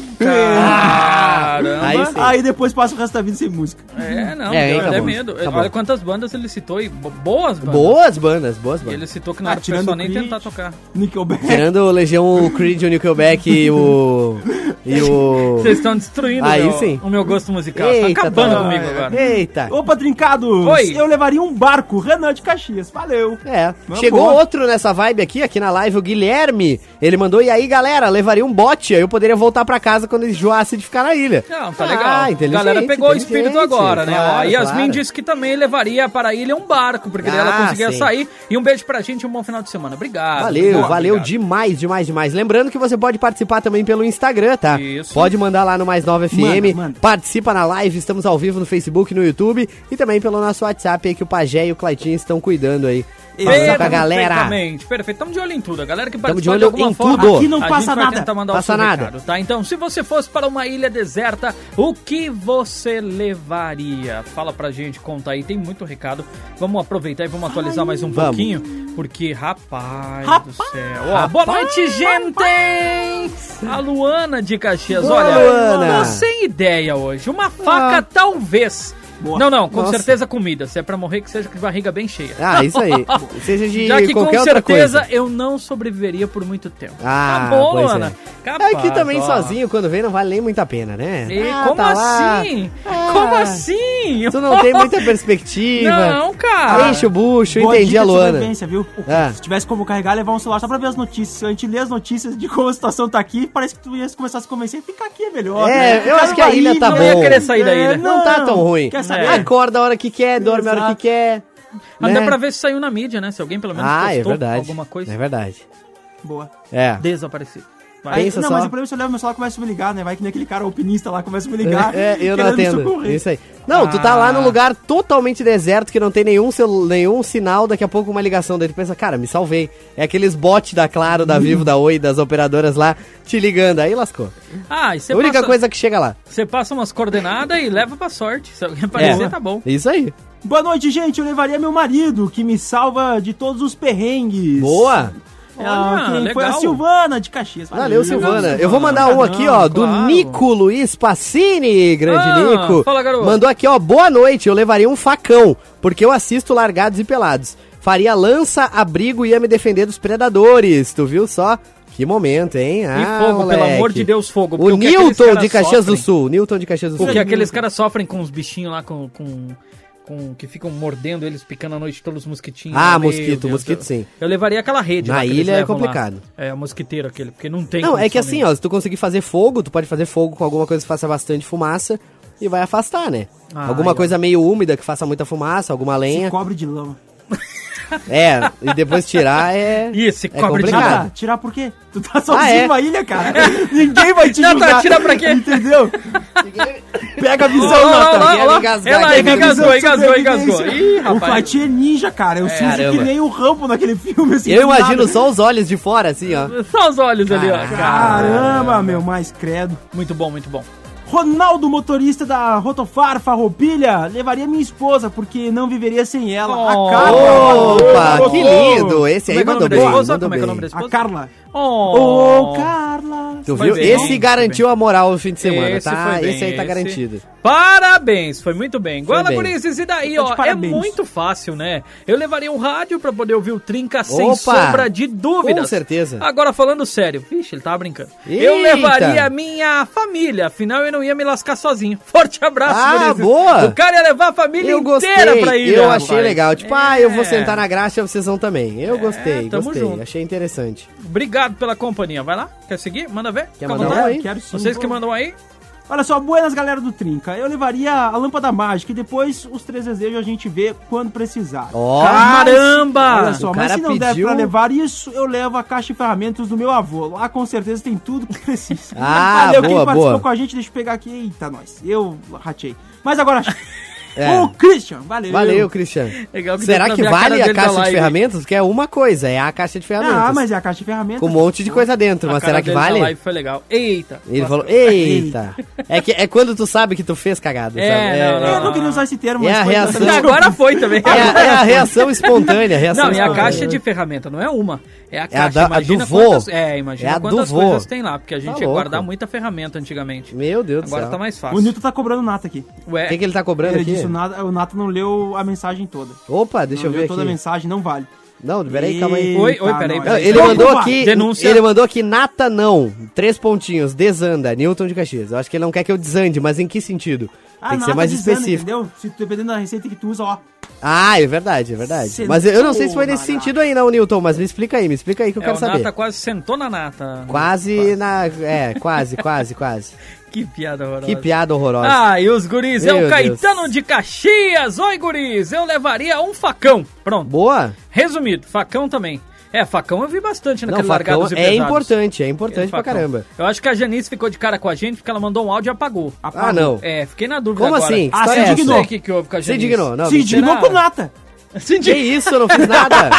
S3: Caramba!
S4: Aí sim.
S5: Aí depois passa o resto da vida sem música.
S3: É, não,
S4: É,
S3: deu
S4: aí
S3: até
S4: acabou.
S3: medo.
S4: Acabou.
S3: Olha quantas bandas ele citou e bo- boas bandas.
S4: Boas bandas, boas
S3: E
S4: bandas.
S3: Ele citou que
S5: Ah,
S3: não era pra
S5: tirando
S3: pessoa nem
S5: Creed.
S3: tentar tocar.
S5: Nickelback.
S4: Tirando o Legião, o Creed, o Nickelback e o... E o...
S3: Vocês estão destruindo
S4: Aí
S3: meu-
S4: sim.
S3: o meu gosto musical. Tá acabando
S4: tá-
S3: comigo agora.
S4: Eita.
S5: Opa, Trincados!
S3: Oi.
S5: Eu levaria um barco, Renan de Caxias. Valeu!
S4: É,
S5: Uma
S4: chegou
S5: boa.
S4: outro nessa vibe aqui, aqui na live, o Guilherme. Ele mandou, e aí galera, levaria um bote, aí eu poderia voltar pra casa quando enjoasse de ficar na ilha.
S3: Não, tá legal. A
S4: Ah, inteligente,
S3: galera pegou o
S4: inteligente,
S3: espírito agora, né? Ó,
S4: claro,
S3: a Yasmin
S4: claro.
S3: disse que também levaria para a ilha um barco, porque daí ela
S4: Ah,
S3: conseguia
S4: sim.
S3: sair. E um beijo pra gente e um bom final de semana. Obrigado.
S4: Valeu,
S3: Obrigado,
S4: valeu
S3: obrigado.
S4: demais, demais, demais. Lembrando que você pode participar também pelo Instagram, tá?
S3: Isso.
S4: Pode mandar lá no Mais Nova FM,
S5: Manda, manda.
S4: participa na live, estamos ao vivo no Facebook, no YouTube e também pelo nosso WhatsApp aí que o Pajé e o Claitinho estão cuidando aí. Falando com a galera.
S3: Perfeitamente, perfeito. Estamos de olho em tudo. A galera que
S4: Tamo
S3: participou
S4: de olho em tudo.
S5: Aqui não
S3: a
S5: passa
S3: gente vai
S5: nada.
S3: tentar mandar
S4: Passa
S3: o seu
S4: nada.
S3: recado, tá? Então, se você fosse para uma ilha deserta, o que você levaria? Fala pra gente, conta aí. Tem muito recado. Vamos aproveitar e vamos atualizar mais um
S4: Vamos.
S3: pouquinho. Porque, rapaz, do
S5: Rapaz,
S3: céu. Ó, boa noite, gente! A Luana de Caxias,
S4: Boa,
S3: olha.
S4: Luana.
S3: Tô sem ideia hoje. Uma faca,
S4: Ah.
S3: talvez.
S5: Boa.
S3: Não, não, com
S4: Nossa.
S3: certeza comida. Se é pra morrer, que seja com de barriga bem cheia.
S4: Ah, isso aí. Seja de
S3: Já que com
S4: qualquer outra
S3: certeza
S4: coisa.
S3: eu não sobreviveria por muito tempo.
S4: Ah,
S3: tá bom,
S4: pois é.
S3: Ana.
S4: É
S3: Capaz,
S4: que também
S3: ó.
S4: sozinho, quando vem, não vale nem muito a pena, né?
S3: E
S4: Ah,
S3: como
S4: tá lá,
S3: assim?
S4: Ah.
S3: Como assim?
S4: Tu não tem muita Ah, perspectiva.
S3: Não, cara.
S4: Enche o bucho,
S5: Boa
S4: entendi
S5: dica
S4: a
S5: de
S4: Luana.
S5: sobrevivência, viu?
S4: Ah.
S5: Se tivesse como carregar, levar um celular só pra ver as notícias. A gente lê as notícias de como a situação tá aqui, parece que tu ia começar a se convencer. Fica aqui, é melhor.
S4: É, eu acho que a ilha tá
S3: não
S4: bom.
S3: ia querer sair da
S5: É,
S3: ilha.
S4: Não tá tão ruim.
S5: Quer Ah,
S3: saber?
S4: Acorda a hora que quer, dorme a hora que quer.
S3: Até
S4: né?
S3: Ah, pra ver se saiu na mídia, né? Se alguém pelo menos
S4: Ah, é verdade.
S3: alguma coisa.
S4: É verdade.
S5: Boa.
S4: É.
S3: Desaparecido. Vai.
S5: Aí,
S4: Pensa
S5: não,
S4: só.
S5: mas o problema é se eu levo meu celular e começa a me ligar, né? Vai que nem aquele cara alpinista lá começa a me ligar.
S4: É, eu não
S5: querendo me
S4: atendo.
S5: socorrer.
S4: Isso aí. Não, tu tá
S3: Ah.
S4: lá num lugar totalmente deserto que não tem nenhum, celu- nenhum sinal, daqui a pouco uma ligação dele. Pensa, cara, me salvei. É aqueles bots da Claro, da Vivo, da Oi, das operadoras lá, te ligando. Aí lascou.
S3: Ah, e você
S4: a única
S3: passa,
S4: coisa que chega lá. É.
S3: Você passa umas coordenadas e leva pra sorte. Se alguém aparecer, tá bom.
S4: Isso aí.
S5: Boa noite, gente. Eu levaria meu marido, que me salva de todos os perrengues.
S4: Boa.
S5: Ah,
S3: Olha,
S5: quem foi a
S3: legal.
S5: Silvana de Caxias.
S4: Valeu, Silvana.
S3: Silvana.
S4: Eu vou mandar um aqui, ó, do
S3: Claro.
S4: Nico Luiz Pacini, grande
S3: Ah,
S4: Nico.
S3: fala, garoto.
S4: Mandou aqui, ó, boa noite, eu levaria um facão, porque eu assisto Largados e Pelados. Faria lança, abrigo e ia me defender dos predadores, tu viu só? Que momento, hein?
S3: E fogo, pelo
S4: Ah, moleque.
S3: amor de Deus, fogo.
S4: O
S3: porque que aqueles
S4: Newton
S3: caras
S4: de Caxias do
S3: sofrem?
S4: Sul, Newton de Caxias do Sul.
S3: Porque aqueles caras sofrem com os bichinhos lá, com, com, com- que ficam mordendo eles, picando a noite todos os mosquitinhos.
S4: Ah,
S3: Meu
S4: mosquito,
S3: Deus,
S4: mosquito
S3: eu-
S4: sim.
S3: Eu levaria aquela rede.
S4: Na
S3: lá que eles
S4: ilha é
S3: levam lá.
S4: complicado.
S3: É, o mosquiteiro aquele, porque não tem.
S4: Não, é que
S3: condição
S4: assim,
S3: nenhuma.
S4: ó, se tu conseguir fazer fogo, tu pode fazer fogo com alguma coisa que faça bastante fumaça e vai afastar, né?
S3: Ah,
S4: alguma
S3: aí, ó.
S4: coisa meio úmida que faça muita fumaça, alguma lenha.
S5: Se cobre de lama.
S4: É, e depois tirar é.
S3: Ih, esse
S4: é
S3: cobre de
S4: complicado.
S5: Nada, tirar por quê? Tu tá sozinho
S4: é?
S5: na ilha, cara. Ninguém vai te
S3: Nata,
S5: julgar.
S3: tá, tira pra quê?
S5: Entendeu? Pega a visão,
S3: Olha lá,
S5: Nata.
S3: olha lá, olha lá.
S4: engasgar,
S3: Ela
S4: quer
S3: engasgou,
S5: Visão
S3: engasgou,
S5: de
S3: engasgou.
S5: sobrevivência.
S3: Ih,
S5: O
S3: rapaz.
S5: Fatih é ninja, cara. Eu sujo que
S4: Caramba.
S5: nem o Rambo naquele filme. Assim,
S4: Eu
S5: do nada.
S4: imagino só os olhos de fora, assim, ó.
S3: Só os olhos ali, ó. Cara.
S5: Caramba, meu, mais credo.
S3: Muito bom, muito bom.
S5: Ronaldo, motorista da Rotofar Farroupilha, levaria minha esposa, porque não viveria sem ela.
S3: Oh.
S5: a Carla.
S4: Opa,
S5: Oh,
S4: que
S5: oh.
S4: lindo! Esse aí
S3: Como é que é o nome
S4: mandou
S3: da
S4: bem,
S3: esposa?
S4: mandou
S3: Como é que é o nome
S4: bem.
S3: da
S5: A
S3: esposa?
S5: Carla.
S3: Oh,
S5: Ô, Carla.
S4: Tu
S3: Foi
S4: viu?
S3: bem,
S4: esse
S3: foi
S4: garantiu a moral no fim de semana,
S3: Esse
S4: tá?
S3: foi bem,
S4: esse aí tá
S3: esse-
S4: garantido.
S3: Parabéns, foi muito bem.
S4: Foi
S3: Guala
S4: bem.
S3: Gurizes, e daí,
S5: Tá de
S3: ó, é
S5: parabéns.
S3: muito fácil, né? Eu levaria um rádio pra poder ouvir o Trinca sem
S4: Opa!
S3: sombra de dúvidas.
S4: Com certeza.
S3: Agora, falando sério, vixe, ele tava brincando. Eu
S4: Eita!
S3: levaria a minha família, afinal eu não ia me lascar sozinho. Forte abraço,
S4: Ah,
S3: gurizes.
S4: boa!
S3: O cara ia levar a família
S4: Eu
S3: inteira
S4: gostei,
S3: pra ir. né, É.
S4: eu achei legal. Tipo, ah, eu vou sentar na graxa, vocês vão também. Eu gostei,
S3: tamo
S4: gostei.
S3: junto.
S4: Achei interessante.
S3: Obrigado pela companhia. Vai lá, quer seguir? Manda ver. Fica à
S4: mandar
S3: vontade.
S4: um aí?
S5: Quero sim.
S3: Vocês que mandam aí?
S5: Olha só, buenas galera do Trinca. Eu levaria a lâmpada mágica e depois os três desejos a gente vê quando precisar.
S4: Ó,
S3: Caramba!
S5: Olha só,
S4: O
S5: mas
S4: cara
S5: se não der
S4: pediu-
S5: pra levar isso, eu levo a caixa de ferramentas do meu avô. Lá com certeza tem tudo que precisa.
S4: Ah,
S5: quem
S4: boa,
S5: participou
S4: boa.
S5: com a gente, deixa eu pegar aqui. Eita, nós. Eu ratei. Mas agora.
S4: É.
S5: O Christian, valeu.
S4: Valeu, Cristiano.
S3: Legal É que deu
S4: Será
S3: pra
S4: que
S3: ver a cara
S4: vale a
S3: dele da
S4: caixa de
S3: live.
S4: ferramentas? Que é uma coisa, é a caixa de ferramentas.
S5: Ah, mas é a caixa de ferramentas.
S4: Com um monte de coisa dentro,
S3: A
S4: mas
S3: cara
S4: será que
S3: dele na
S4: vale?
S3: live foi legal. Eita.
S4: Ele falou, eita. é, que, é quando tu sabe que tu fez cagada,
S3: É,
S4: sabe?
S3: não,
S5: Eu não queria usar esse termo,
S4: É a
S5: foi-
S4: reação.
S3: Agora foi também.
S4: É, a, é a reação espontânea, a reação
S3: Não, e a
S4: espontânea.
S3: caixa de ferramenta, não é uma. É a caixa,
S4: da- a
S3: imagina
S4: do vô.
S3: quantas, é, imagina
S4: É a do
S3: quantas
S4: vô.
S3: coisas tem lá, porque a gente
S4: Tá
S3: ia
S4: louco.
S3: guardar muita ferramenta antigamente.
S4: Meu Deus do
S3: Agora
S4: céu.
S3: tá mais fácil.
S5: O Nilton tá cobrando nata aqui.
S3: Ué,
S4: O que, que ele tá cobrando
S5: Ele
S4: aqui?
S5: disse, o Nata, o Nata não leu a mensagem toda.
S4: Opa, deixa
S5: não
S4: eu
S5: leu
S4: ver
S5: toda a
S4: aqui.
S5: mensagem, não vale.
S4: Não, peraí, calma aí.
S3: Oi, oi,
S5: Eita, é
S3: peraí,
S5: nós.
S4: Não,
S3: peraí.
S4: ele
S5: Opa!
S4: mandou aqui.
S3: Denúncia.
S4: Ele mandou aqui, nata não. Três pontinhos, desanda, Newton de Caxias. Eu acho que ele não quer que eu desande, mas em que sentido?
S5: Ah,
S4: Tem que ser
S5: nata
S4: mais
S5: de Zana,
S4: específico.
S5: Entendeu? Se tu- dependendo da receita que tu usa, ó.
S4: Ah, é verdade, é verdade.
S5: Sentou
S4: mas eu- eu não sei se foi nesse
S5: na
S4: sentido aí, não, Newton, mas me explica aí, me explica aí que eu
S3: É,
S4: quero
S3: o
S4: saber.
S3: Nata quase sentou na nata.
S4: Quase na. É, quase, quase, quase.
S3: Que piada horrorosa.
S4: Que piada horrorosa.
S3: Ah, e os guris, é o
S4: Meu
S3: Caetano
S4: Deus.
S3: de Caxias. Oi, guris, eu levaria um facão. Pronto.
S4: Boa?
S3: Resumido, facão também. É, facão eu vi bastante
S4: Não,
S3: naquele
S4: facão
S3: largados e
S4: é
S3: pesados.
S4: importante, é importante pra
S3: Facão.
S4: caramba.
S3: Eu acho que a Janice ficou de cara com a gente porque ela mandou um áudio e apagou.
S4: Ah, não.
S3: É, fiquei na dúvida
S4: Como
S3: agora.
S4: assim? Que
S5: Ah,
S4: história
S5: se
S4: é essa?
S5: indignou.
S3: O que, que houve com a
S4: Se
S3: Janice?
S4: indignou, não.
S5: Se
S4: me-
S5: indignou
S3: será?
S5: com nata.
S3: Se
S4: Que
S3: indignou.
S4: isso, eu não fiz nada.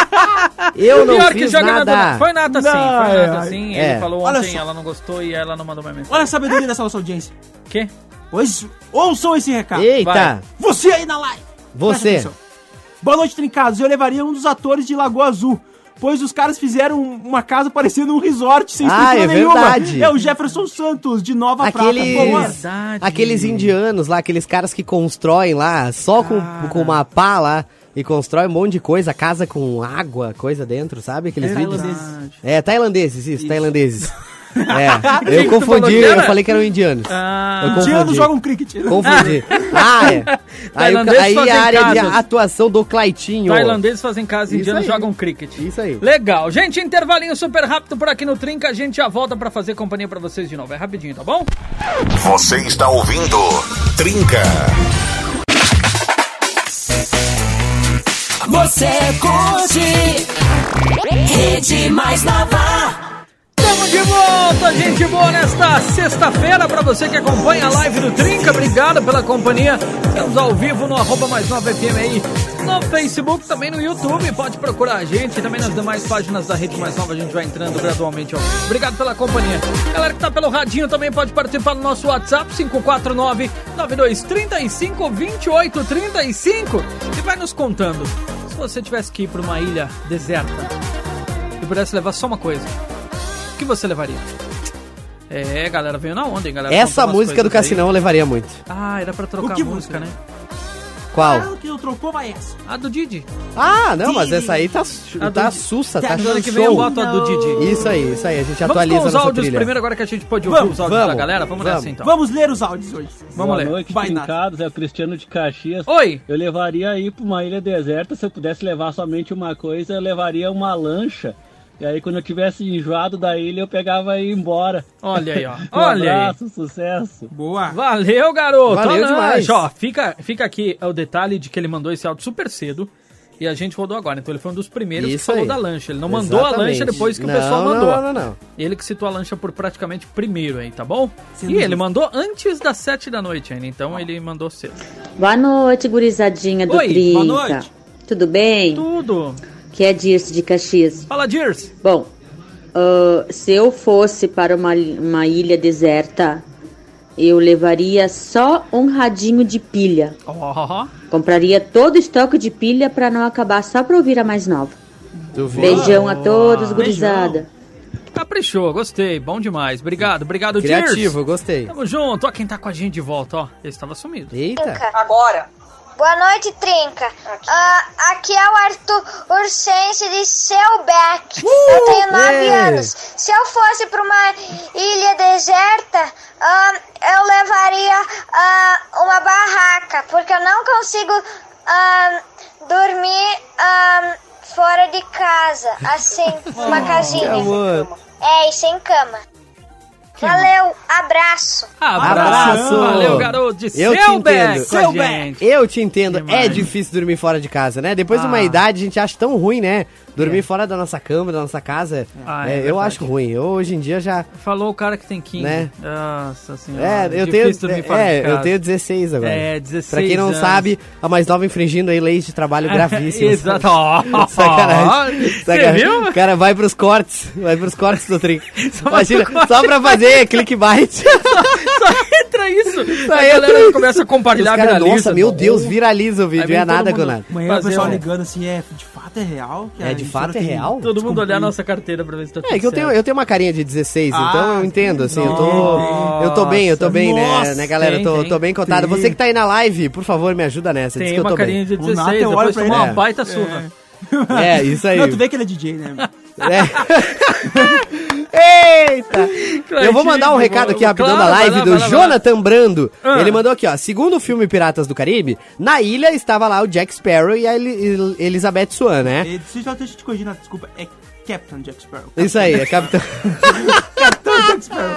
S4: Eu não
S3: Pior é que
S4: fiz
S3: joga na
S4: nada.
S3: dona. Foi nada sim, foi
S5: Não,
S3: nada
S5: é,
S3: sim.
S4: é.
S3: Ele falou
S5: Olha
S3: ontem,
S5: só.
S3: ela não gostou e ela não mandou mais mensagem.
S5: Olha a sabedoria dessa nossa audiência.
S3: Quê?
S5: Pois ouçam esse recado.
S4: Eita,
S3: tá? Vai.
S5: Você aí na live.
S4: você.
S5: Presta atenção. Boa noite, Trincados. Eu levaria um dos atores de Lagoa Azul. Pois os caras fizeram um- uma casa parecendo um resort sem
S4: Ah,
S5: estrutura
S4: é
S5: nenhuma.
S4: verdade.
S5: É o Jefferson Santos, de Nova
S4: Aqueles,
S5: Prata. é? Boa.
S3: Verdade.
S4: aqueles indianos lá, aqueles caras que constroem lá, só com,
S3: Cara.
S4: com uma pá lá, e constrói um monte de coisa, casa com água, coisa dentro, sabe? Aqueles vídeos.
S5: Tailandeses.
S4: É, tailandeses, isso, tailandeses. É, eu
S3: que tu falou
S4: confundi,
S3: que era?
S4: eu falei que eram indianos.
S3: Ah,
S4: Eu
S5: Indianos
S4: confundi.
S5: jogam um cricket.
S4: Confundi. Ah, é. Aí, o
S3: Tailandeses
S4: ca- aí
S3: fazem
S4: a área de
S3: casas.
S4: atuação do Claitinho.
S3: Tailandeses fazem casa,
S4: Isso
S3: indianos
S4: aí.
S3: jogam cricket.
S4: Isso aí.
S3: Legal. Gente, intervalinho super rápido por aqui no Trinca. A gente já volta pra fazer companhia pra vocês de novo. É rapidinho, tá bom?
S1: Você está ouvindo Trinca.
S6: Você curte Rede Mais Nova.
S3: Estamos de volta, gente boa, nesta sexta-feira. Pra você que acompanha a live do Trinca, obrigado pela companhia. Estamos ao vivo no arroba mais nova FM aí, no Facebook, também no YouTube. Pode procurar a gente, também nas demais páginas da Rede Mais Nova. A gente vai entrando gradualmente. Ó. Obrigado pela companhia. Galera que tá pelo radinho também pode participar do nosso WhatsApp, 549 9235 2835 E vai nos contando, se você tivesse que ir pra uma ilha deserta e pudesse levar só uma coisa, o que você levaria? É, galera, veio na onda, hein, galera?
S4: Essa
S3: Contou umas
S4: música do
S3: coisas aí.
S4: Cassinão eu levaria muito.
S3: Ah, era pra trocar
S5: O que
S3: a música, né?
S5: música?
S4: Qual?
S5: Ah, que eu trocou vai essa.
S3: A do Didi.
S4: Ah, não, mas essa aí tá, su-
S3: A Ah, do-
S4: tá sussa, tá
S3: semana que
S4: show.
S3: vem eu boto a do Didi.
S4: Isso aí, isso aí. A gente
S3: Vamos
S4: atualiza
S3: com os
S4: a nossa
S3: áudios
S4: trilha.
S3: primeiro, agora que a gente pode ouvir
S5: Vamos,
S3: os áudios da
S4: vamos,
S3: galera. Vamos, nessa
S4: vamos.
S3: então.
S5: Vamos ler os áudios hoje.
S3: Vamos
S7: Boa
S3: ler.
S7: noite,
S5: Vai, Nath.
S7: trincados. É o Cristiano de Caxias.
S3: Oi!
S7: Eu levaria aí para uma ilha deserta. Se eu pudesse levar somente uma coisa, eu levaria uma lancha. E aí, quando eu tivesse enjoado da ilha, eu pegava e ia embora.
S3: Olha aí, ó.
S7: Um
S3: Olha aí.
S7: abraço, sucesso.
S5: Boa.
S3: Valeu, garoto.
S4: Valeu
S3: Olha,
S4: demais.
S3: Ó, fica, fica aqui o detalhe de que ele mandou esse áudio super cedo. E a gente rodou agora, então ele foi um dos primeiros que
S4: Isso
S3: falou
S4: aí.
S3: da lancha. Ele não mandou a lancha
S4: Exatamente.
S3: depois que
S4: Não,
S3: o pessoal
S4: não,
S3: mandou.
S4: não, não, não.
S3: Ele que citou a lancha por praticamente primeiro aí, tá bom?
S5: Sim,
S3: e
S5: não.
S3: ele mandou antes das sete da noite ainda, então ele mandou cedo.
S8: Boa noite, gurizadinha do
S3: Oi,
S5: boa
S8: Trinca.
S5: noite.
S8: Tudo bem?
S3: Tudo!
S8: Que é Dirce de Caxias.
S3: Fala, Dirs!
S8: Bom, ah, se eu fosse para uma, uma ilha deserta, eu levaria só um radinho de pilha.
S3: Ó,
S8: Compraria todo o estoque de pilha para não acabar só para ouvir a mais nova.
S4: Tu viu?
S8: Beijão a todos, gurizada.
S3: caprichou, gostei, bom demais. Obrigado, obrigado,
S4: Criativo,
S3: Dirs!
S4: gostei.
S3: Tamo junto, ó quem tá com a gente de volta, ó. Ele estava sumido.
S4: Eita.
S9: Agora.
S10: Boa noite, Trinca. Ah, aqui é o Arthur Ursense de Selbeck. eu tenho 9
S4: Ei.
S10: anos. Se eu fosse para uma ilha deserta, ah, eu levaria ah, uma barraca, porque eu não consigo ah, dormir ah, fora de casa, assim, uma casinha.
S4: amor.
S10: É, e sem cama. Valeu, abraço.
S3: Abraço!
S4: Abraço.
S3: Valeu, garoto de
S4: Eu te
S3: Selbeck!
S4: entendo.
S3: com a
S5: Selbeck.
S3: gente.
S4: Eu te entendo,
S3: Demais.
S4: é difícil dormir fora de casa, né? Depois de
S3: Ah. É.
S4: uma idade, a gente acha tão ruim, né? Dormir fora da nossa cama, da nossa casa,
S3: Ah,
S4: é,
S3: é
S4: eu
S3: verdade.
S4: acho ruim. Eu, hoje em dia já.
S3: Falou o cara que tem 15.
S4: Né?
S3: Nossa senhora.
S4: É, eu tenho,
S3: Ah, difícil dormir fora de
S4: é, eu
S3: casa.
S4: tenho 16 agora.
S3: É, 16
S4: Pra quem não
S3: anos. É,
S4: sabe, a mais nova infringindo aí leis de trabalho gravíssimas.
S3: Exato. Ó,
S4: Sacanagem.
S3: Você
S4: Sacanagem.
S3: viu?
S4: Cara, vai pros cortes. Vai pros cortes do Trinca.
S3: Só vai
S4: Imagina,
S3: pro corte.
S4: só pra fazer clickbait.
S3: Só entra isso. a
S4: entra
S3: galera
S4: isso.
S3: começa a
S4: Os
S3: compartilhar,
S4: cara,
S3: viraliza.
S4: nossa, meu Deus, viraliza o vídeo.
S3: Aí vem
S4: É nada
S3: todo
S4: com
S3: mundo.
S4: nada.
S5: Amanhã o
S3: Fazer
S5: pessoal
S3: um-
S5: ligando assim, é, de fato é real? Que a
S4: É, de
S5: emissora
S4: fato é
S5: tem- um
S4: real?
S3: Todo mundo olhar
S5: Descobri.
S3: a nossa carteira pra ver se tá tudo
S4: É que eu tenho,
S3: certo.
S4: eu tenho uma carinha de 16,
S5: Ah,
S4: então eu entendo, assim, eu tô.
S3: nossa.
S4: Eu tô bem, eu tô bem, né,
S5: Nossa,
S4: né, galera? Eu tô,
S3: tem,
S4: tô bem contado.
S5: tem.
S4: Você que tá aí na live, por favor, me ajuda nessa. Diz
S3: Tem
S4: que eu
S3: uma
S4: tô
S3: carinha
S4: bem.
S3: de
S5: O Nata,
S3: 16,
S5: eu olho
S3: depois
S5: pra
S3: tomou
S5: ele,
S3: uma
S5: é.
S3: baita surra.
S4: É, isso aí.
S5: Não, tu vê que ele é DJ, né?
S4: É. Eita! Eu vou mandar um recado aqui rapidão da
S3: Claro, vai
S4: live
S3: lá,
S4: do
S3: vai lá, vai lá.
S4: Jonathan Brando.
S3: Ah.
S4: Ele mandou aqui, ó. Segundo o filme Piratas do Caribe, na ilha estava lá o Jack Sparrow e a Eli- El- Elizabeth Swan, né?
S5: Ele- Deixa eu- deixa eu te corrigir, Nata, desculpa. É Captain Jack Sparrow.
S4: Isso aí, é capitão.
S5: Captain Jack Sparrow.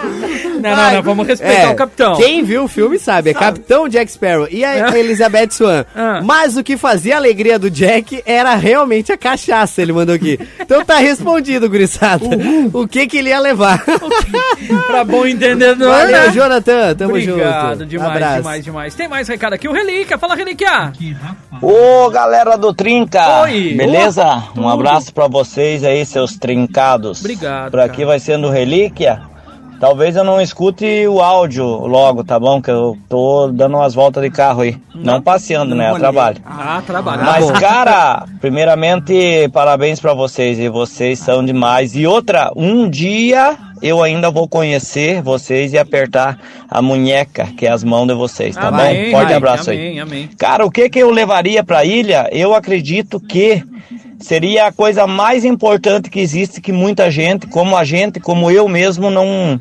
S3: Não, não, não, vamos respeitar
S4: É,
S3: o capitão. É.
S4: Quem viu o filme sabe, é Capitão Jack Sparrow e a Elizabeth Swan.
S3: Ah.
S4: Mas o que fazia a alegria do Jack era realmente a cachaça, ele mandou aqui. Então tá respondido, gurizada. O que que ele ia levar?
S3: pra bom entendedor,
S4: Valeu,
S3: né?
S4: Jonathan, tamo junto. Um
S3: Obrigado, demais,
S4: Abraço.
S3: demais, demais. Tem mais recado aqui, o Relíquia. Fala, Relíquia.
S9: Ô galera do Trinca!
S3: Oi.
S9: Beleza? um abraço pra vocês aí, seus trincados.
S3: Obrigado,
S9: Por aqui
S3: cara.
S9: vai sendo relíquia. Talvez eu não escute o áudio logo, tá bom? Que eu tô dando umas voltas de carro aí. Não, passeando, né? Eu trabalho.
S3: Ah, trabalho.
S9: Mas, cara, primeiramente, parabéns pra vocês. E vocês são demais. E outra, um dia eu ainda vou conhecer vocês e apertar a munheca, que é as mãos de vocês, tá bom? Forte abraço aí.
S3: Amém, amém.
S9: Cara, o que que eu levaria pra ilha? Eu acredito que seria a coisa mais importante que existe que muita gente, como a gente, como eu mesmo não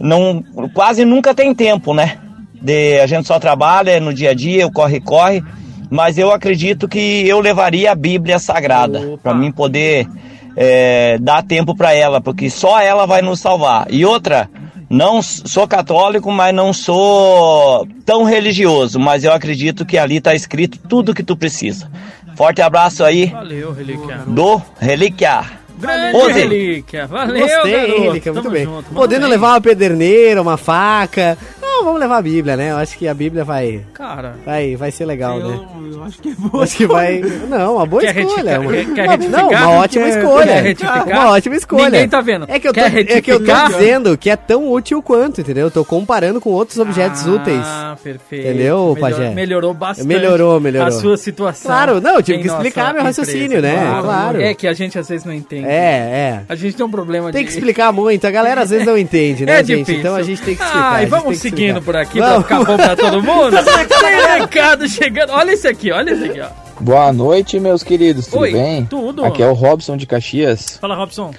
S9: não quase nunca tem tempo, né? De a gente só trabalha no dia a dia, o corre corre, mas eu acredito que eu levaria a Bíblia Sagrada pra mim poder é, dar tempo pra ela, porque só ela vai nos salvar. E outra, não s- sou católico, mas não sou tão religioso, mas eu acredito que ali tá escrito tudo que tu precisa. Forte abraço aí
S3: Valeu, Relíquia.
S9: do Reliquiar.
S3: Grande
S9: Ontem.
S3: Relíquia. Valeu,
S4: Gostei,
S3: garoto.
S4: Henrique, muito
S3: Tamo
S4: bem.
S3: junto, manda
S4: Podendo
S3: bem.
S4: levar uma pederneira, uma faca. Não, vamos levar a Bíblia, né? Eu acho que a Bíblia vai,
S3: Cara...
S4: vai, vai ser legal, né?
S5: Eu, eu acho que é boa.
S4: Acho que vai. Não, uma boa
S3: Quer
S4: escolha.
S3: retificar-
S4: Uma,
S3: quer- quer
S4: uma-
S3: retificar?
S4: não, uma ótima
S3: Quer- quer
S4: escolha.
S3: retificar?
S4: uma ótima escolha.
S3: Ninguém tá vendo.
S4: É que eu tô,
S3: Quer
S4: é que eu tô
S3: retificar?
S4: dizendo que é tão útil quanto, entendeu? Eu tô comparando com outros objetos
S3: ah,
S4: úteis.
S3: perfeito.
S4: Entendeu, pajé?
S3: Melhorou bastante.
S4: Melhorou, melhorou.
S3: A sua situação.
S4: Claro, não, eu tive
S3: em
S4: que explicar
S3: nossa
S4: meu raciocínio, né? Claro.
S3: É que a gente às vezes não entende.
S4: É, é.
S3: A gente tem um problema
S4: Tem que
S3: de...
S4: explicar muito, a galera às vezes não entende, né,
S3: É
S4: gente?
S3: difícil.
S4: Então a gente tem que explicar.
S3: Ah,
S4: a
S3: e
S4: gente tem
S3: vamos
S4: que
S3: seguindo
S4: explicar.
S3: por aqui
S4: Vamos.
S3: pra ficar bom pra todo mundo. Tem recado chegando. Olha esse aqui, olha esse aqui, ó.
S11: Boa noite, meus queridos, tudo
S3: Oi,
S11: bem?
S3: tudo.
S11: Aqui é o Robson de Caxias.
S3: Fala, Robson.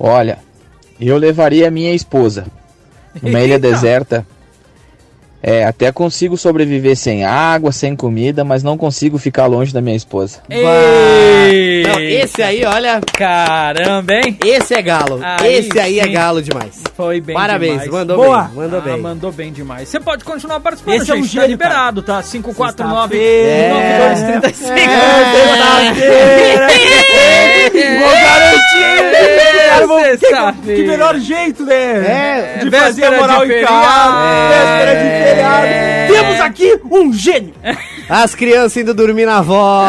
S11: Olha, eu levaria minha esposa numa ilha
S3: Eita.
S11: deserta. É, até consigo sobreviver sem água, sem comida, mas não consigo ficar longe da minha esposa.
S3: Ei!
S4: Não, esse aí, olha,
S3: Caramba, hein?
S4: esse é galo.
S3: Aí
S4: esse aí é
S3: sim.
S4: galo demais.
S3: Foi bem
S4: Parabéns,
S3: demais.
S4: mandou
S5: Boa.
S4: bem, mandou
S3: Ah,
S4: bem.
S3: mandou bem demais. Você pode continuar participando,
S5: Esse é um
S3: gente. tá
S5: gênio, cara. É.
S3: liberado, tá? 549
S5: Sexta-feira.
S3: 9235.
S5: É.
S4: né?
S5: Vou garantir!
S3: é.
S5: Cara, vou- que- Que,
S3: Sexta-feira.
S5: melhor jeito, né?
S4: É,
S5: de
S3: véspera
S5: fazer a moral
S3: de
S5: em
S3: feriado.
S5: casa. Véspera de feriado.
S3: É.
S5: Temos aqui um gênio.
S4: As crianças indo dormir na avó.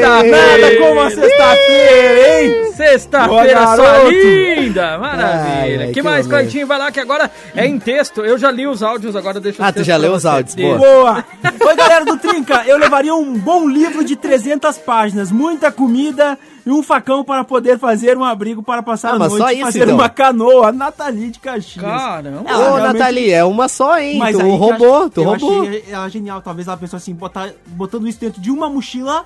S5: Nada como a sexta-feira, hein?
S3: Sexta-feira
S5: Boa,
S3: só
S5: garoto.
S3: linda! Maravilha!
S4: Ai, ai,
S3: que,
S4: que
S3: mais,
S4: momento.
S3: Cleitinho? Vai lá que agora é em texto. Eu já li os áudios, agora deixa os
S4: Ah, tu
S3: textos
S4: já
S3: pra
S4: leu os
S3: você.
S4: áudios, boa.
S5: Boa! Oi, galera do Trinca! Eu levaria um bom livro de 300 páginas, muita comida e um facão para poder fazer um abrigo para passar
S4: Ah,
S5: a
S4: mas
S5: noite
S4: só
S5: e
S4: isso,
S5: fazer
S4: então.
S5: uma canoa. Nathalie de Caxias.
S3: Caramba!
S5: Ah,
S4: Ô,
S5: realmente-
S4: Nathalie, é uma só, hein?
S5: Mas
S4: tu
S3: então
S5: aí que
S4: roubou,
S5: eu
S4: tu
S5: eu
S4: roubou.
S5: achei ela genial. Talvez ela pensou assim, botar, botando isso dentro de uma mochila.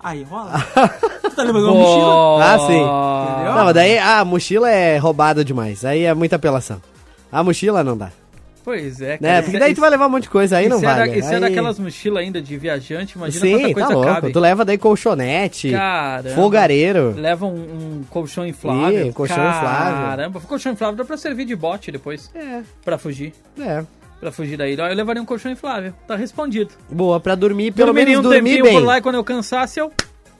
S5: Aí, rola. tu tá levando uma mochila?
S4: Ah, sim.
S5: Entendeu?
S4: Não, mas daí ah, a mochila é roubada demais. Aí é muita apelação. A mochila não dá.
S3: Pois é,
S4: Né? Porque daí tu vai levar um monte de coisa, aí não
S3: isso era,
S4: vale.
S3: Isso era
S4: Aí-
S3: aquelas mochilas ainda de viajante, imagina
S4: Sim,
S3: quanta
S4: tá
S3: coisa
S4: louco.
S3: cabe.
S4: Tu leva daí colchonete,
S3: Caramba.
S4: fogareiro.
S3: Leva um, um colchão inflável.
S4: Ih, colchão inflável.
S3: Caramba, colchão inflável dá pra servir de bote depois.
S4: É,
S3: Pra fugir.
S4: é.
S3: Pra fugir da ilha. Ó, Eu levaria um colchão inflável. Tá respondido.
S4: Boa, pra dormir, pelo
S3: Dormiria
S4: menos dormir
S3: tempinho
S4: bem. É,
S3: por lá e quando eu cansasse eu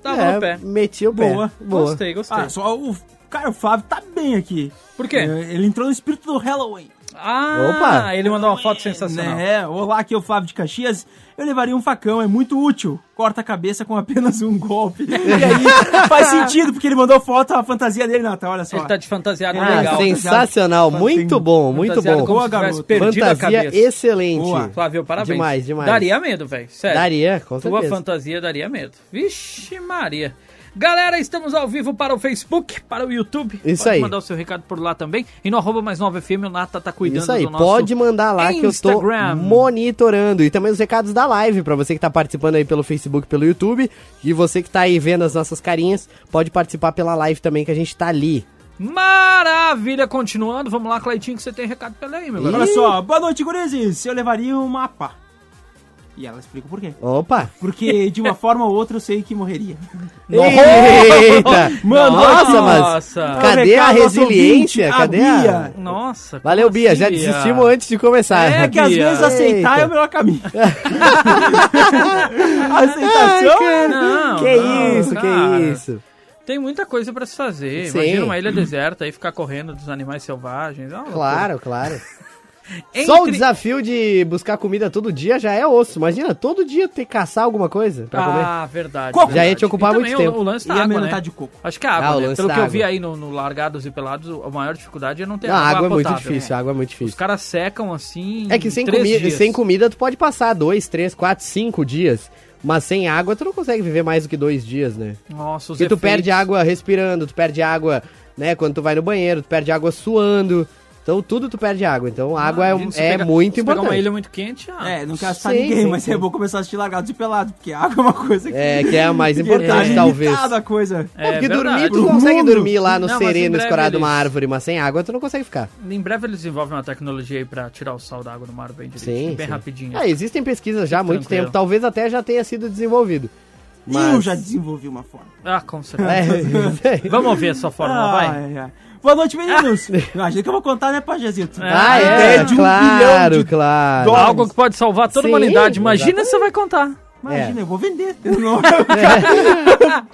S3: Tava no pé.
S4: Meti o pé.
S5: Boa,
S4: Boa.
S3: Gostei, gostei.
S5: Ah, só o Caio Fábio tá bem aqui.
S3: Por quê?
S5: É, Ele entrou no espírito do Halloween.
S3: Ah,
S4: Opa.
S3: ele mandou uma foto sensacional.
S5: É, olá, aqui é o Flávio de Caxias. Eu levaria um facão, é muito útil. Corta a cabeça com apenas um golpe. E aí faz sentido, porque ele mandou foto, a fantasia dele, Natal, olha só.
S3: Ele tá de fantasiado
S5: Ah,
S3: legal.
S5: sim.
S4: Sensacional,
S5: Fantasia-
S4: muito bom, muito
S3: Fantasiado
S4: bom.
S3: como
S5: Boa,
S3: se tivesse
S5: garoto.
S3: perdido a
S4: Fantasia
S3: cabeça.
S4: excelente.
S5: Boa.
S3: Flávio, parabéns.
S4: Demais, demais.
S3: Daria medo, velho. Sério.
S4: Daria, com
S3: Tua
S4: certeza.
S3: fantasia daria medo. Vixe Maria. Galera, estamos ao vivo para o Facebook, para o YouTube.
S4: Isso
S3: pode
S4: aí.
S3: mandar o seu recado por lá também. E no arroba mais 9 FM, o Nata tá cuidando
S4: Isso aí,
S3: do nosso
S4: pode mandar lá que eu tô
S3: Instagram.
S4: monitorando. E também os recados da live, pra você que tá participando aí pelo Facebook, pelo YouTube. E você que tá aí vendo as nossas carinhas, pode participar pela live também, que a gente tá ali.
S3: Maravilha, continuando. Vamos lá, Cleitinho, que você tem recado pela aí, meu garoto.
S5: Olha só, boa noite, gurizes. Eu levaria um mapa. E ela explica por quê.
S4: Opa!
S5: Porque de uma forma ou outra eu sei que morreria.
S4: Eita!
S5: Mano,
S4: nossa,
S5: olha
S4: mas
S3: Nossa.
S4: cadê a
S5: Recado, nosso
S4: resiliência?
S5: é ouvinte, a
S4: cadê a...
S5: Bia.
S3: Nossa.
S4: Valeu,
S3: como
S4: Bia,
S3: assim,
S4: já desistimos antes de começar.
S5: É que às
S3: Bia.
S5: vezes aceitar é o melhor caminho. Aceitação é
S3: Não,
S4: Que
S3: não,
S4: isso,
S3: cara.
S4: que isso.
S3: Tem muita coisa pra se fazer.
S4: Sim.
S3: Imagina uma ilha deserta e ficar correndo dos animais selvagens. Ah,
S4: Claro, claro.
S3: Entre-
S4: Só o desafio de buscar comida todo dia já é osso. Imagina, todo dia ter que caçar alguma coisa pra comer.
S3: Ah, verdade.
S4: Coco. Já ia
S3: verdade.
S4: te ocupar
S3: E também
S4: muito
S3: o-
S4: tempo.
S3: O lance da
S5: E a
S3: água,
S5: minha
S3: né?
S5: tá de coco.
S3: Acho que a água,
S4: Ah, o
S3: né?
S4: lance
S3: Pelo
S4: da
S3: que eu vi
S4: água.
S3: aí no, no Largados e Pelados, a maior dificuldade é não ter
S4: Não, a água é muito
S3: potável,
S4: difícil,
S3: né?
S4: a água é muito
S3: Os
S4: difícil.
S3: caras secam assim.
S4: É que sem,
S3: três
S4: comi-
S3: dias.
S4: sem comida tu pode passar dois, três, quatro, cinco dias. Mas sem água tu não consegue viver mais do que dois dias, né?
S3: Nossa, os
S4: Porque tu
S3: efeitos.
S4: perde água respirando, tu perde água, né, quando tu vai no banheiro, tu perde água suando. Então tudo tu perde água. Então a água é,
S3: Imagina, Ah, se
S4: é
S3: pegar- se
S4: muito
S3: pegar uma
S4: importante.
S3: ilha muito quente, ah,
S5: É, não quero assustar
S4: Sim,
S5: ninguém,
S4: sim,
S5: mas
S4: sim.
S5: é bom começar a assistir largados e pelado, porque água é uma coisa que.
S4: É, que é a mais
S5: que
S4: importante,
S5: tá
S4: talvez.
S5: limitada a coisa.
S4: É, porque
S3: verdade.
S4: dormir tu
S5: Pro
S4: consegue
S5: mundo.
S4: dormir lá no
S3: Não, mas em
S4: sereno,
S3: breve
S4: escorado numa
S3: eles-
S4: árvore, mas sem água tu não consegue ficar.
S3: Em breve eles desenvolvem uma tecnologia aí pra tirar o sal da água do mar bem direitinho,
S4: Sim,
S3: bem
S4: sim.
S3: rapidinho.
S4: Ah, existem pesquisas já há muito
S3: Tranquilo.
S4: tempo, talvez até já tenha sido desenvolvido. Mas...
S5: Eu já desenvolvi uma forma.
S3: Ah, com
S4: É, Ah,
S3: certeza. Vamos ouvir essa fórmula, É vai.
S5: Ai, ai. é, Boa noite, meninos. Imagina que eu vou contar, né, Pajezito?
S4: ah,
S5: ideia
S4: é,
S5: de um
S4: claro,
S5: bilhão de
S4: claro.
S5: dólares.
S3: Algo que pode salvar toda a
S4: Sim,
S3: humanidade. Imagina se você vai contar.
S5: Imagina,
S4: É.
S5: eu vou vender. Não,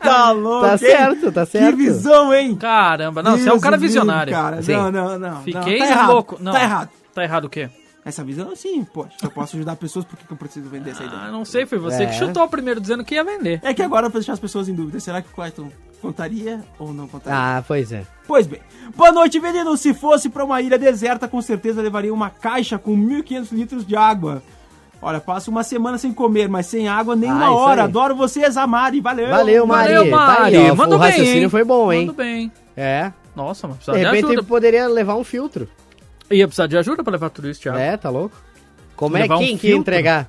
S5: tá louco,
S4: Tá
S5: hein?
S4: certo, tá certo.
S5: Que visão, hein?
S3: Caramba, não, você é um
S5: Deus
S3: cara
S5: me livre,
S3: visionário.
S5: Cara.
S4: Sim.
S5: Não, não, não.
S3: Fiquei
S5: não, tá
S3: louco.
S5: Errado,
S3: Não,
S5: Tá errado.
S3: Tá errado o quê?
S5: Essa visão, assim, poxa, eu posso ajudar pessoas, por que que eu preciso vender essa ideia?
S3: Ah, não sei, foi você
S4: É.
S3: que chutou primeiro dizendo que ia vender.
S5: É que agora eu vou deixar as pessoas em dúvida. Será que o Clayton contaria ou não contaria?
S4: Ah, pois é.
S5: Pois bem. Boa noite, menino. Se fosse pra uma ilha deserta, com certeza levaria uma caixa com 1.500 litros de água. Olha, passo uma semana sem comer, mas sem água nem
S4: Ah,
S5: uma
S4: isso
S5: hora.
S4: aí.
S5: Adoro vocês, Amari. Valeu.
S4: Valeu, Mari.
S3: Valeu,
S4: Tá
S3: Mari.
S4: aí, ó,
S3: Mandou
S4: o
S3: bem,
S4: raciocínio
S3: hein?
S4: foi bom, hein?
S3: Tudo bem.
S4: É.
S3: Nossa, mas
S4: De
S3: precisava de,
S4: repente ele
S3: ajuda.
S4: poderia levar um filtro.
S3: Ia precisar de ajuda pra levar tudo isso, Thiago.
S4: É, tá louco? Como
S3: Levar
S4: é
S3: um
S4: quem que ia
S3: filtro?
S4: entregar?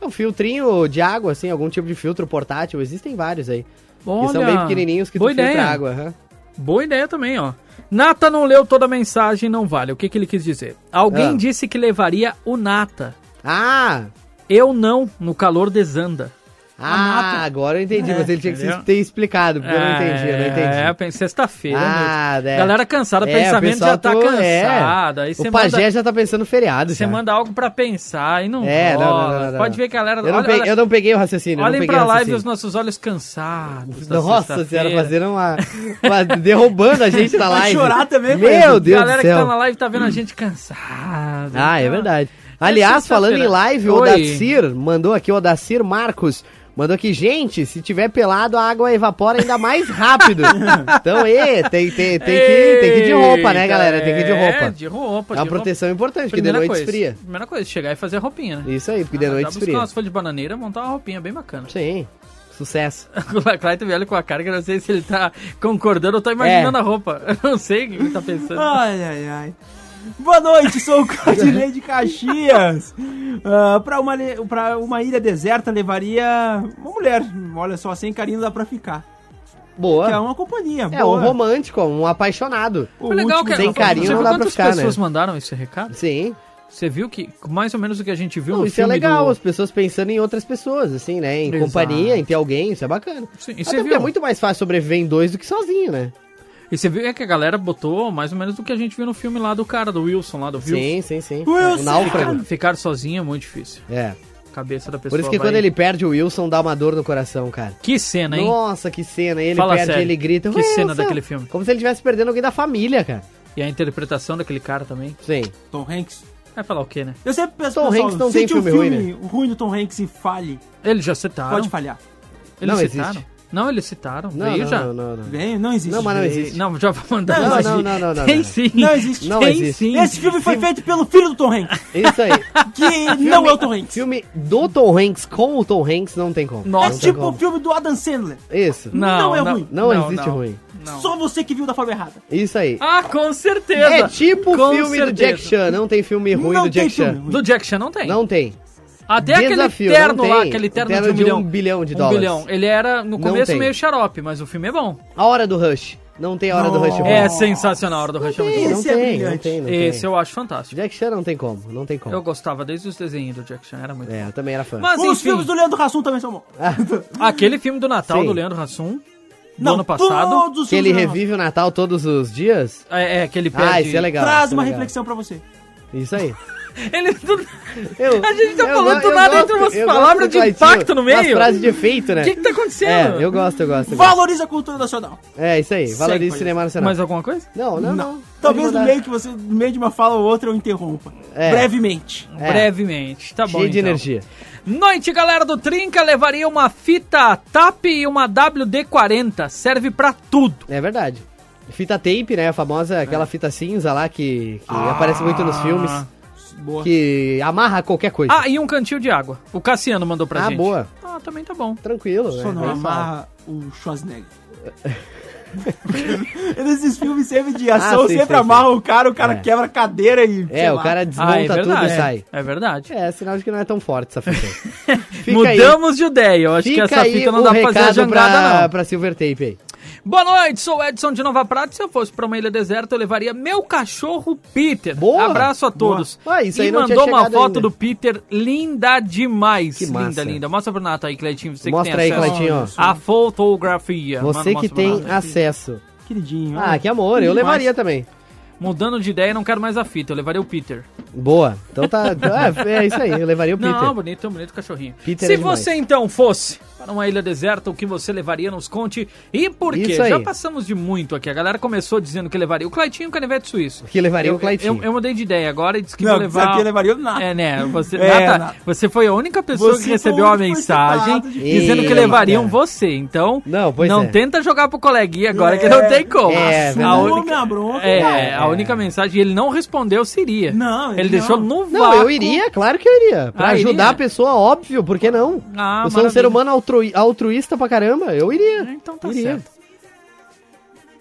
S4: É Um filtrinho de água, assim, algum tipo de filtro portátil. Existem vários aí.
S3: Olha,
S4: que são bem pequenininhos que
S3: boa
S4: tu filtra
S3: ideia.
S4: água. aham.
S3: Boa ideia também, ó. Nata não leu toda a mensagem, não vale. O que, que ele quis dizer? Alguém
S4: Ah.
S3: disse que levaria o Nata.
S4: Ah!
S3: Eu não, no calor desanda.
S4: Ah, agora eu entendi, mas ele tinha que
S3: É, entendeu?
S4: se ter explicado, porque eu não entendi, eu não entendi.
S3: É, pen- sexta-feira.
S4: Ah,
S3: né?
S4: é.
S3: Galera cansada,
S4: É,
S3: pensamento
S4: pessoal
S3: já tá
S4: tô- é.
S3: cansado. Aí você
S4: o pajé
S3: manda,
S4: já tá pensando feriado
S3: você
S4: já.
S3: manda algo pra pensar e não
S4: É, não, não,
S3: rola.
S4: não, não, não.
S3: Pode ver que a galera...
S4: eu, não
S3: olha-
S4: peguei,
S3: olha-
S4: eu não peguei o raciocínio, eu não
S3: Olhem
S4: peguei
S3: pra lá
S4: o
S3: e
S4: raciocínio.
S3: vê os nossos olhos cansados. da
S4: Nossa senhora,
S3: sexta-feira.
S4: fazendo uma, uma- derrubando a gente da
S5: Vai
S4: live.
S5: chorar também,
S4: Meu
S5: Fred.
S4: Deus
S3: Galera
S4: do
S3: que tá
S4: céu.
S3: na live tá vendo a gente cansado.
S4: Ah, é
S3: Então,
S4: verdade. Aliás,
S3: sexta-feira.
S4: falando em live, o
S3: Oi.
S4: Odacir mandou aqui, o Odacir Marcos. Mandou aqui, gente, se tiver pelado, a água evapora ainda mais rápido. então, ê, tem, tem, tem, que, tem que ir de roupa, né,
S3: Eita,
S4: galera? Tem que ir de
S3: É,
S4: roupa.
S3: de roupa.
S4: É uma
S3: de roupa.
S4: proteção importante, porque de noite
S3: coisa,
S4: esfria.
S3: Primeira coisa, chegar e fazer a roupinha, né?
S4: Isso aí, porque de
S3: Ah, dá
S4: noite
S3: pra
S4: esfria.
S3: buscar umas folhas de bananeira, montar uma roupinha bem bacana.
S4: Sim, sucesso.
S3: O Clayton me olha com a cara que eu não sei se ele tá concordando ou tá imaginando
S4: É.
S3: a roupa. Eu não sei o que ele tá pensando.
S4: Ah,
S5: Ai, ai, ai. Boa noite, sou o Claudinei de Caxias. Ah, pra, uma, le- pra uma ilha deserta, levaria uma mulher. Olha só, sem carinho dá pra ficar.
S4: Boa.
S5: Que é uma companhia.
S4: É um romântico, um apaixonado.
S5: O
S3: Foi legal,
S5: último-
S3: cara.
S4: Sem carinho
S3: Você
S4: não
S3: viu
S4: dá pra
S3: quantas
S4: ficar, né?
S3: pessoas mandaram esse recado?
S4: Sim.
S3: Você viu que mais ou menos o que a gente viu
S4: Não,
S3: no
S4: isso é
S3: filme
S4: legal,
S3: do...
S4: as pessoas pensando em outras pessoas, assim, né? Em
S3: Exato.
S4: companhia, em ter alguém, isso é bacana.
S3: Sim, e
S4: Até
S3: você
S4: porque
S3: viu?
S4: é muito mais fácil sobreviver em dois do que sozinho, né?
S3: E você viu é que a galera botou mais ou menos do que a gente viu no filme lá do cara, do Wilson, tá lá do Wilson.
S4: Sim, É, sim, sim.
S5: Wilson,
S4: O náufrago.
S3: Ficar sozinho é muito difícil.
S4: É.
S5: cabeça da pessoa.
S4: Por isso que
S5: vai-
S4: quando ele perde o Wilson, dá uma dor no coração, cara.
S3: Que cena, hein?
S4: Nossa, que cena. Ele
S3: Fala
S4: perde,
S3: sério.
S4: ele grita.
S3: Que cena
S4: "Wilson!"
S3: daquele filme.
S4: Como se ele estivesse perdendo alguém da família, cara.
S3: E a interpretação daquele cara também.
S4: Sim.
S5: Tom Hanks.
S3: Vai falar o quê, né?
S5: Eu sempre penso,
S4: Tom
S5: pessoal,
S4: Hanks não
S5: cite
S4: tem
S5: um
S4: filme ruim, né?
S5: ruim do Tom Hanks e fale.
S3: Eles já citaram.
S5: Pode falhar.
S3: Eles
S4: Não
S3: citaram?
S4: existe.
S3: Não, eles citaram.
S4: Não,
S3: Veio
S4: não,
S3: já.
S4: não, não, não.
S5: Vem, não existe.
S4: Não, mas não
S5: Vem.
S4: existe.
S3: Não, já vou mandar.
S4: Não,
S3: lá.
S4: não, não, não, não,
S3: Tem
S4: não.
S3: sim.
S5: Não existe.
S4: Não
S3: Tem
S4: existe.
S3: sim.
S5: Esse filme foi feito pelo filho do Tom Hanks,
S4: Isso aí.
S5: que não é o Tom Hanks.
S4: Filme do Tom Hanks com o Tom Hanks não tem como.
S3: Nossa.
S4: não
S5: é
S4: tem
S5: tipo o
S4: como.
S5: filme do Adam Sandler.
S4: Isso.
S5: Não é ruim.
S4: Não, existe ruim.
S3: não.
S5: Só você que viu da forma errada.
S4: Isso aí.
S3: Ah, com certeza.
S4: É tipo o
S3: Com
S4: filme do
S3: certeza.
S4: Jack Chan. Não tem filme ruim
S5: Não
S4: do
S5: tem
S4: Jack Chan.
S5: filme ruim.
S3: Do Jack Chan não tem.
S4: Não tem.
S3: Até
S4: Desafio,
S3: aquele terno
S4: não
S3: lá,
S4: tem.
S3: aquele terno, de
S4: Terno
S3: um
S4: de
S3: bilhão.
S4: um bilhão de
S3: Um
S4: dólares.
S3: bilhão. Ele era, no
S4: Não
S3: começo,
S4: tem.
S3: meio xarope, mas o filme é bom.
S4: A hora do Rush. Não tem a hora do Rush. bom.
S3: É sensacional, a hora do Rush é muito bom.
S4: Não
S5: Esse é
S4: tem, não
S5: brilhante.
S4: tem, não tem.
S3: Esse eu acho fantástico.
S4: Jack Chan não tem como, não tem como.
S3: Eu gostava desde os desenhos do Jack Chan, era muito
S4: É,
S3: bom.
S4: eu também era fã.
S3: Mas
S5: Os
S3: enfim,
S5: filmes do Leandro Hassum também são bons.
S3: aquele filme do Natal
S4: Sim.
S3: do Leandro Hassum, do ano passado,
S5: todos os
S4: que ele
S5: filmes do Leandro Hassum.
S4: revive o Natal todos os dias?
S3: é, é que ele perde...
S4: Ah, isso é legal.
S5: Traz
S4: isso é
S5: uma
S4: legal.
S5: reflexão pra você.
S4: Tá Isso aí.
S3: Ele do-
S4: Eu-
S3: A gente tá
S4: eu
S3: falando
S4: go-
S3: do
S4: eu
S3: nada,
S4: gosto-
S3: entra umas
S4: eu
S3: palavras
S4: gosto
S3: de
S4: do Claitinho,
S3: impacto no meio.
S4: Umas frases de efeito, né?
S3: O que que tá acontecendo?
S4: É, eu gosto, eu gosto. eu gosto.
S5: Valoriza a cultura nacional.
S4: É, isso aí. Valorize o
S5: Sempre.
S4: cinema nacional.
S3: Mais alguma coisa?
S4: Não, não, não.
S5: Talvez
S4: Pode
S5: no
S4: mudar.
S5: meio que você, no meio de uma fala ou outra, eu interrompa.
S4: É.
S5: Brevemente.
S4: É.
S3: Brevemente, tá bom
S4: Cheio de
S3: então.
S4: energia.
S3: Noite, galera do Trinca, levaria uma fita TAP e uma WD-40, serve pra tudo.
S4: É verdade. Fita tape, né? A famosa, aquela
S3: É.
S4: fita cinza lá que, que
S3: Ah,
S4: aparece muito nos filmes.
S5: Boa.
S4: Que amarra qualquer coisa.
S3: Ah, e um cantil de água. O Cassiano mandou pra
S4: é. Ah,
S3: gente.
S4: boa.
S3: Ah, também tá bom.
S4: Tranquilo, né?
S5: Só não
S4: Olha
S5: amarra o Schwarzenegger. Nesses filmes sempre de
S4: Ah,
S5: ação,
S4: sim,
S5: sempre
S4: sim,
S5: amarra o cara, o cara
S4: É.
S5: quebra a cadeira e. sei
S4: É, o
S5: lá.
S4: cara desmonta
S3: ah, é
S4: tudo
S3: verdade.
S4: e sai.
S3: É verdade.
S4: É, sinal de que não é tão forte essa fita aí. Fica
S3: Mudamos de ideia. Eu acho que essa fita não dá pra fazer a jangada,
S4: pra,
S3: não.
S4: pra Silver Tape aí.
S3: Boa noite, sou o Edson de Nova Prata. Se eu fosse pra uma ilha deserta, eu levaria meu cachorro Peter.
S4: Boa.
S3: Abraço a todos.
S4: Boa. Ah, isso
S3: e
S4: aí não
S3: mandou
S4: tinha
S3: uma
S4: chegado
S3: foto
S4: ainda.
S3: do Peter linda demais.
S4: Que
S3: Linda,
S4: massa.
S3: linda. Mostra pro Nato aí, Cleitinho, você
S4: Mostra
S3: que tem
S4: aí,
S3: acesso.
S4: Cleitinho. ó.
S3: A fotografia.
S4: Você
S3: Manda,
S4: que
S3: mostra pro
S4: tem
S3: Nato.
S4: acesso.
S5: Queridinho. né?
S4: Ah,
S5: olha.
S4: que amor, eu
S5: Demais.
S4: levaria também.
S3: Mudando de ideia, não quero mais a fita, eu levaria o Peter.
S4: Boa. Então tá. é, é isso aí, eu levaria o Peter.
S3: Não, bonito, bonito cachorrinho.
S4: Peter
S3: Se
S4: é demais.
S3: você então fosse para uma ilha deserta, o que você levaria, nos conte. E por quê?
S4: Isso aí.
S3: Já passamos de muito aqui. A galera começou dizendo que levaria o Claitinho e o Canivete Suíço.
S4: Que levaria o Claitinho.
S3: Eu, eu mudei de ideia agora e disse que
S5: Não,
S3: vou levar...
S5: aqui eu levaria o Nata.
S3: É, né? Você,
S5: É,
S3: Nata,
S5: Nata.
S3: você foi a única pessoa
S5: Você
S3: que
S5: foi
S3: recebeu
S5: um
S3: a
S5: que foi
S3: mensagem
S5: citado de-
S3: dizendo que
S4: Eita.
S3: levariam você. Então,
S4: Não, pois é.
S3: tenta jogar pro coleguinha agora que não tem como.
S4: É,
S3: a
S4: verdade.
S5: Não,
S3: única...
S5: minha bronca.
S3: É, a única mensagem, ele não respondeu se iria.
S5: Não,
S3: ele,
S5: ele
S3: deixou
S5: não.
S3: no vácuo.
S4: Não, eu iria, claro que eu iria. Pra
S3: Ah,
S4: ajudar
S3: iria?
S4: a pessoa, óbvio, por que não?
S3: Ah,
S4: eu sou um
S3: maravilha.
S4: ser humano altrui- altruísta pra caramba, eu iria.
S3: Então tá
S4: iria.
S3: certo.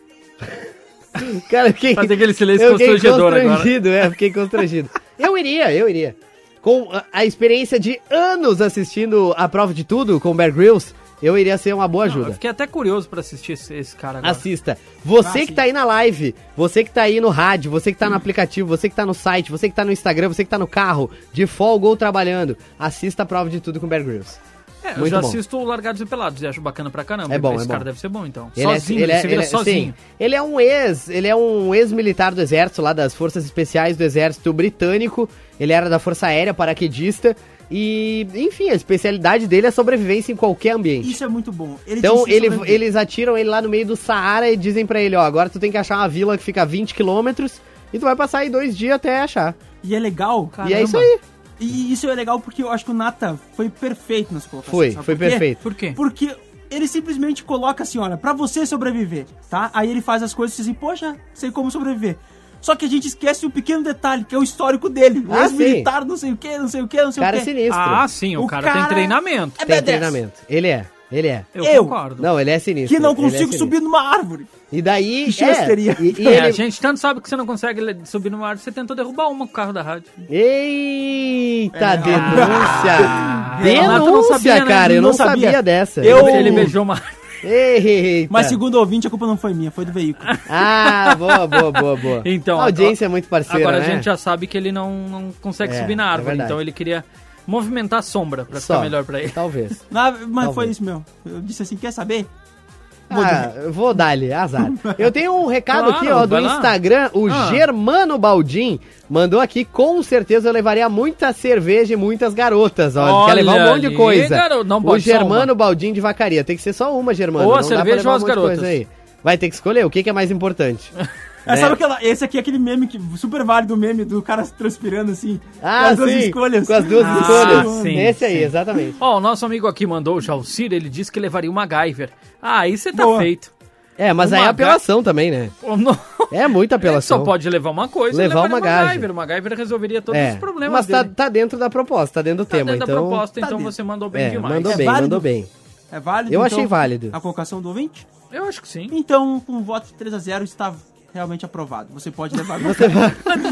S4: Cara, eu fiquei,
S3: Fazer aquele silêncio
S4: eu fiquei
S3: constrangedor agora.
S4: constrangido, é, fiquei constrangido. Eu iria, eu iria. Com a, a experiência de anos assistindo A Prova de Tudo com Bear Grylls, eu iria ser uma boa
S3: Eu
S4: ajuda.
S3: fiquei até curioso pra assistir esse, esse cara agora. Ah,
S4: Assista. Você que tá aí na live, você que tá aí no rádio, você que tá no aplicativo, você que tá no site, você que tá no Instagram, você que tá no carro, de folga ou trabalhando, assista a prova de tudo com Bear Grylls.
S3: É, eu
S4: muito
S3: já
S4: bom.
S3: assisto o Largados e Pelados e acho bacana pra caramba.
S4: É bom,
S3: Esse
S4: é
S3: cara
S4: bom.
S3: deve ser bom, então.
S4: Ele
S3: sozinho,
S4: é,
S3: ele,
S4: ele, é,
S3: se vira
S4: ele é-
S3: sozinho.
S4: sim. ele é um ex, ele é um ex-militar do exército lá das forças especiais do exército britânico. Ele era da força aérea, paraquedista e, enfim, a especialidade dele é sobrevivência em qualquer ambiente.
S5: Isso é muito bom. Ele
S4: Então
S5: disse isso
S4: ele,
S5: pra mim.
S4: eles atiram ele lá no meio do Saara e dizem pra ele, ó, agora tu tem que achar uma vila que fica a 20 quilômetros e tu vai passar aí dois dias até achar.
S5: E é legal.
S4: E
S3: Caramba.
S4: é isso aí.
S5: E isso é legal porque eu acho que o Nata foi perfeito nas colocações.
S4: Foi,
S5: sabe
S4: foi
S5: por quê?
S4: perfeito.
S3: Por quê?
S5: Porque ele simplesmente coloca assim, olha, pra você sobreviver, tá? Aí ele faz as coisas assim, poxa, sei como sobreviver. Só que a gente esquece um pequeno detalhe, que é o histórico dele. O
S4: Ah,
S5: ex-militar, não sei o que, não sei o que, não sei
S4: Cara
S5: o que.
S4: sinistro.
S3: Ah, sim, o,
S5: O
S3: cara, tem
S5: cara-
S3: treinamento.
S5: É
S4: tem
S5: B10.
S4: treinamento. Ele é, ele é.
S3: Eu,
S5: Eu-
S3: concordo.
S4: Não, ele é sinistro.
S5: Que não
S4: ele é
S5: consigo
S4: sinistro.
S5: subir numa árvore.
S4: E daí.
S5: Que chance
S4: é,
S5: teria?
S4: E, e
S3: É,
S4: ele...
S3: a gente tanto sabe que você não consegue le- subir no ar, você tentou derrubar uma com o carro da rádio.
S4: Eita,
S5: É.
S4: denúncia!
S3: Ah, Renato
S4: denúncia,
S3: não sabia, né?
S4: cara, eu
S5: Não
S4: não sabia,
S5: sabia.
S4: dessa.
S5: Eu-
S3: Ele beijou uma...
S4: Eita.
S5: Mas segundo o ouvinte, a culpa não foi minha, foi do veículo.
S4: Ah, boa, boa, boa, boa.
S3: Então,
S4: a audiência é muito parceira,
S3: Agora
S4: né?
S3: a gente já sabe que ele não, não consegue
S4: É,
S3: subir na
S4: é
S3: árvore,
S4: verdade.
S3: então ele queria movimentar a sombra pra
S4: Só.
S3: ficar melhor pra ele.
S4: Talvez.
S5: Na- mas
S4: Talvez.
S5: foi isso, meu. Eu disse assim, quer saber?
S4: Ah, vou dar-lhe, azar. Eu tenho um recado
S3: Claro,
S4: aqui, ó, do
S3: vai lá.
S4: Instagram, o
S3: Ah.
S4: Germano Baldin mandou aqui, com certeza eu levaria muita cerveja e muitas garotas, ó. Ele quer
S3: Olha
S4: levar um monte de
S3: ali,
S4: coisa.
S3: garoto, não
S4: o
S3: pode só
S4: Germano
S3: uma.
S4: Baldin de vacaria, tem que ser só uma, Germano.
S3: Ou a
S4: não dá pra
S3: cerveja
S4: levar
S3: ou as
S4: muita
S3: garotas.
S4: coisa aí. Vai ter que escolher o que, que é mais importante.
S5: É,
S4: Né?
S5: sabe aquela, esse aqui é aquele meme que, super válido o meme do cara se transpirando assim.
S4: Ah, sim, com as duas
S5: Ah,
S4: escolhas.
S5: sim,
S4: Esse aí,
S5: sim.
S4: exatamente.
S3: Ó, o nosso amigo aqui mandou, o Jalcir, ele disse que levaria uma MacGyver. Ah, aí você tá feito.
S4: É, mas
S3: Uma
S4: aí é
S3: ga-
S4: apelação também, né?
S3: Pô, não.
S4: É muita apelação.
S3: Só pode levar uma coisa.
S4: Levar
S3: ele
S4: uma
S3: levaria
S4: MacGyver.
S3: MacGyver. O MacGyver resolveria todos
S4: É,
S3: os problemas
S4: mas tá,
S3: dele.
S4: tá dentro da proposta, tá dentro do
S3: Tá
S4: tema,
S3: dentro
S4: então...
S3: da proposta,
S5: tá
S3: então
S5: dentro.
S3: você mandou bem
S4: É,
S3: demais.
S4: mandou bem,
S5: válido?
S4: mandou bem.
S5: É válido?
S4: Eu achei válido.
S5: A colocação do ouvinte?
S3: Eu acho que sim.
S5: Então, com voto de 3x0, está realmente aprovado. Você pode levar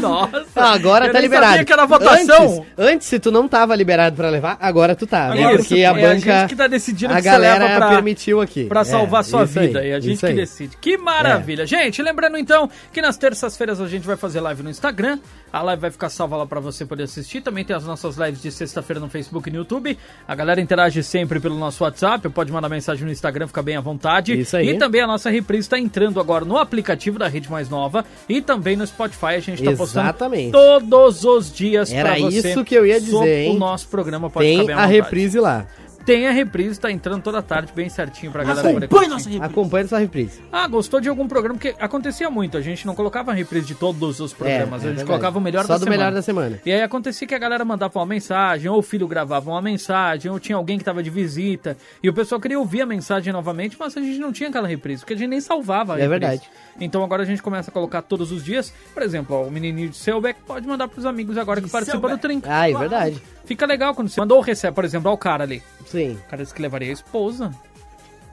S3: Nossa.
S4: Ah, agora
S3: eu
S4: tá
S3: nem
S4: liberado.
S3: Sabia que era votação.
S4: Antes, antes, se tu não tava liberado pra levar, agora tu tá, né?
S3: Agora
S4: Porque
S3: tu-
S4: a
S3: é a
S4: banca,
S3: gente que tá decidindo
S4: a
S3: que você
S4: galera
S3: leva pra-
S4: permitiu aqui.
S3: Pra salvar
S4: É,
S3: sua
S4: isso aí,
S3: vida. e a gente
S4: isso
S3: que
S4: aí. É.
S3: decide. Que maravilha. Gente, lembrando então que nas terças-feiras a gente vai fazer live no Instagram. A live vai ficar salva lá pra você poder assistir. Também tem as nossas lives de sexta-feira no Facebook e no YouTube. A galera interage sempre pelo nosso WhatsApp. Pode mandar mensagem no Instagram, fica bem à vontade.
S4: Isso aí.
S3: E também a nossa reprise está entrando agora no aplicativo da Rede Mais Nova e também no Spotify. A gente tá
S4: Exatamente.
S3: postando todos os dias
S4: Era
S3: pra você.
S4: isso que eu ia
S3: sobre
S4: dizer, hein?
S3: O nosso programa pode ficar
S4: Tem
S3: bem à
S4: a
S3: vontade.
S4: reprise lá.
S3: Tem a reprise, tá entrando toda tarde, bem certinho pra galera poder
S5: Acompanhe Ah, nossa reprise.
S4: Acompanha essa reprise.
S3: ah, gostou de algum programa? Porque acontecia muito, a gente não colocava a reprise de todos os programas,
S4: É, é
S3: a gente
S4: verdade.
S3: colocava o melhor
S4: Só
S3: da
S4: do
S3: semana.
S4: melhor da semana.
S3: E aí acontecia que a galera mandava uma mensagem, ou o filho gravava uma mensagem, ou tinha alguém que tava de visita, e o pessoal queria ouvir a mensagem novamente, mas a gente não tinha aquela reprise, porque a gente nem salvava a
S4: É
S3: reprise.
S4: verdade.
S3: Então agora a gente começa a colocar todos os dias. Por exemplo, ó, o menininho de Selbeck pode mandar pros amigos agora que participam do
S5: Selbeck.
S3: Trinca.
S4: Ah, é verdade.
S3: Fica legal quando você mandou ou recebe, por exemplo, ó, o cara ali.
S4: Sim,
S3: O cara disse que levaria a esposa.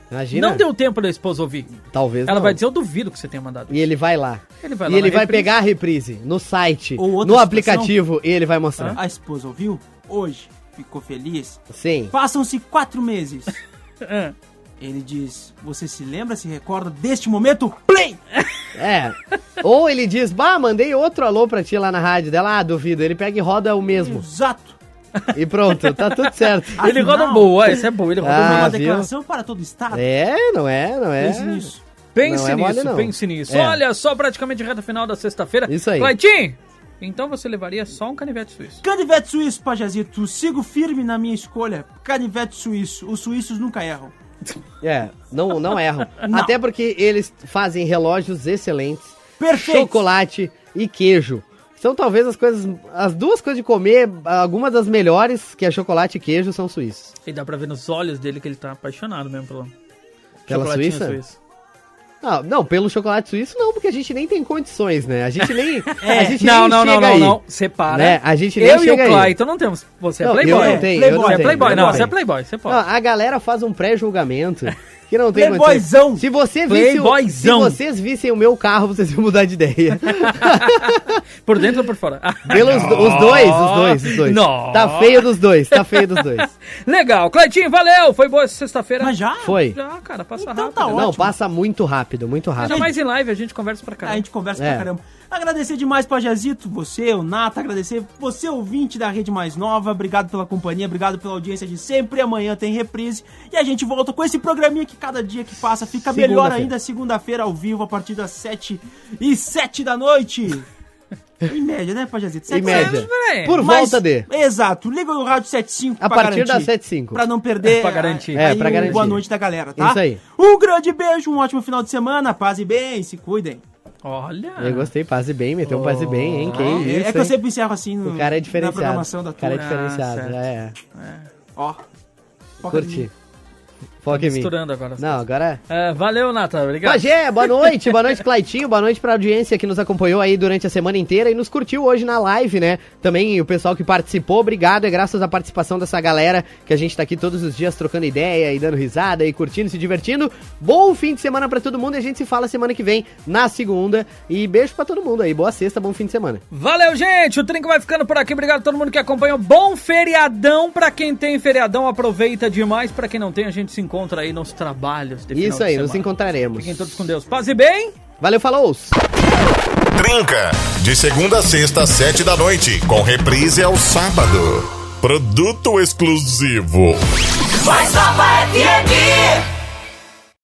S4: imagina.
S3: Não deu tempo da esposa ouvir.
S4: Talvez
S3: Ela
S4: não.
S3: vai dizer, eu duvido que você tenha mandado
S4: E ele vai lá.
S3: Ele vai
S4: e
S3: lá
S4: ele
S3: na
S4: vai
S3: reprise.
S4: pegar a reprise no site,
S5: Ou outra
S4: no
S5: situação.
S4: aplicativo, e ele vai mostrar.
S5: A esposa ouviu? Hoje ficou feliz?
S4: Sim.
S5: Passam-se quatro meses.
S3: É.
S5: Ele diz: Você se lembra, se recorda deste momento? Play!
S4: É. Ou ele diz, bah, mandei outro alô pra ti lá na rádio dela. Ah, duvido. Ele pega e roda o mesmo.
S5: Exato.
S4: E pronto, tá tudo certo.
S3: Ele
S5: Afinal,
S3: roda boa, esse é bom, ele roda
S4: Ah,
S3: boa.
S5: uma
S4: viu?
S5: declaração para todo o Estado.
S4: É, não é, não é.
S5: Pense nisso.
S3: Pense
S4: não é mole,
S3: nisso,
S4: não.
S3: pense nisso.
S4: É.
S3: Olha só, praticamente reta final da sexta-feira.
S4: Isso aí.
S3: Claitinho, então você levaria só um canivete suíço.
S5: Canivete suíço, pajazito, sigo firme na minha escolha. Canivete suíço, os suíços nunca erram.
S4: É, não, não erram.
S5: Não.
S4: Até porque eles fazem relógios excelentes,
S5: Perfeito.
S4: chocolate e queijo. São talvez as coisas, as duas coisas de comer, algumas das melhores, que é chocolate e queijo, são suíços.
S3: E dá pra ver nos olhos dele que ele tá apaixonado mesmo pelo
S4: Pela
S3: chocolatinho
S4: Suíça?
S3: suíço.
S4: Ah, não, pelo chocolate suíço não, porque a gente nem tem condições, né? A gente nem, a gente
S3: É. não, não,
S4: nem
S3: não,
S4: chega
S3: não,
S4: aí.
S3: não. Separa.
S4: Né? A gente nem
S3: eu e o
S4: chega aí.
S3: Clayton não temos. Você é
S4: Não, eu
S3: playboy.
S4: não tenho, Ah. eu
S5: não
S3: Você é
S5: tenho,
S3: playboy,
S5: eu
S3: não,
S5: não
S3: você é
S5: tenho.
S3: playboy, você
S4: Não,
S3: pode.
S4: a galera faz um pré-julgamento que não
S5: É
S4: tem
S5: Playboyzão.
S4: condições. Se você visse o, se
S3: Playboyzão.
S4: vocês vissem o meu carro, vocês iam mudar de ideia.
S3: Por dentro ou por fora?
S4: Pelos os dois, os dois, os dois.
S3: Nó.
S4: Tá feio dos dois, tá feio dos dois.
S3: Legal, Claitinho, valeu! Foi boa essa sexta-feira.
S5: Mas já?
S4: Foi.
S3: Já, cara, passa
S5: Então
S3: rápido.
S5: tá ótimo.
S4: Não, passa muito rápido, muito
S3: Ainda
S4: rápido.
S3: mais em live, a gente conversa pra
S5: A
S3: caramba.
S5: gente conversa
S4: É.
S5: pra caramba. Agradecer demais, Pajazito, você, o Nata, agradecer você, ouvinte da Rede Mais Nova. Obrigado pela companhia, obrigado pela audiência de sempre. Amanhã tem reprise. E a gente volta com esse programinha que cada dia que passa fica melhor
S4: Segunda-feira.
S5: ainda. Segunda-feira ao vivo, a partir das 7 e 7 da noite. em média, né, Pajazito?
S4: Em
S5: Sete-
S4: média.
S3: peraí.
S4: Por
S5: Mas-
S4: volta de.
S5: Exato. Liga o rádio 75
S4: A
S5: pra
S4: partir das
S5: garantir.
S4: 7h05.
S5: Pra não perder.
S3: Pra garantir.
S5: aí
S4: É, pra
S5: o
S4: garantir.
S5: Boa noite da galera, tá?
S4: Isso aí.
S5: Um grande beijo, um ótimo final de semana. Paz e bem, se cuidem.
S3: Olha.
S4: Eu gostei, passe bem, meteu um passe bem, hein? Que
S5: É,
S4: isso,
S5: é que eu
S4: hein?
S5: sempre encerro assim no,
S4: O cara é
S5: na
S4: diferenciado.
S5: programação da
S4: o cara é
S5: turma.
S4: diferenciado,
S3: certo.
S4: é.
S5: Ó. foca em mim.
S4: Curti. Foca em mim.
S3: Tá Misturando agora.
S4: Não, agora...
S3: É, valeu, Nata. Obrigado.
S4: Pajé, boa noite, boa noite, Claitinho, boa noite pra audiência que nos acompanhou aí durante a semana inteira e nos curtiu hoje na live, né? Também o pessoal que participou, obrigado, é graças à participação dessa galera que a gente tá aqui todos os dias trocando ideia e dando risada e curtindo, se divertindo. Bom fim de semana pra todo mundo e a gente se fala semana que vem, na segunda. E beijo pra todo mundo aí, boa sexta, bom fim de semana.
S3: Valeu, gente. O Trinco vai ficando por aqui. Obrigado a todo mundo que acompanhou. Bom feriadão pra quem tem feriadão. Aproveita demais. Pra quem não tem, a gente se encontra aí nos trabalhos. de final
S4: Isso
S3: de
S4: aí, nos
S3: semana.
S4: encontraremos.
S3: Fiquem todos com Deus. Paz e bem.
S4: Valeu, falou!
S1: Trinca. De segunda a sexta, às sete da noite. Com reprise ao sábado. Produto exclusivo.
S6: Mais Nova FM.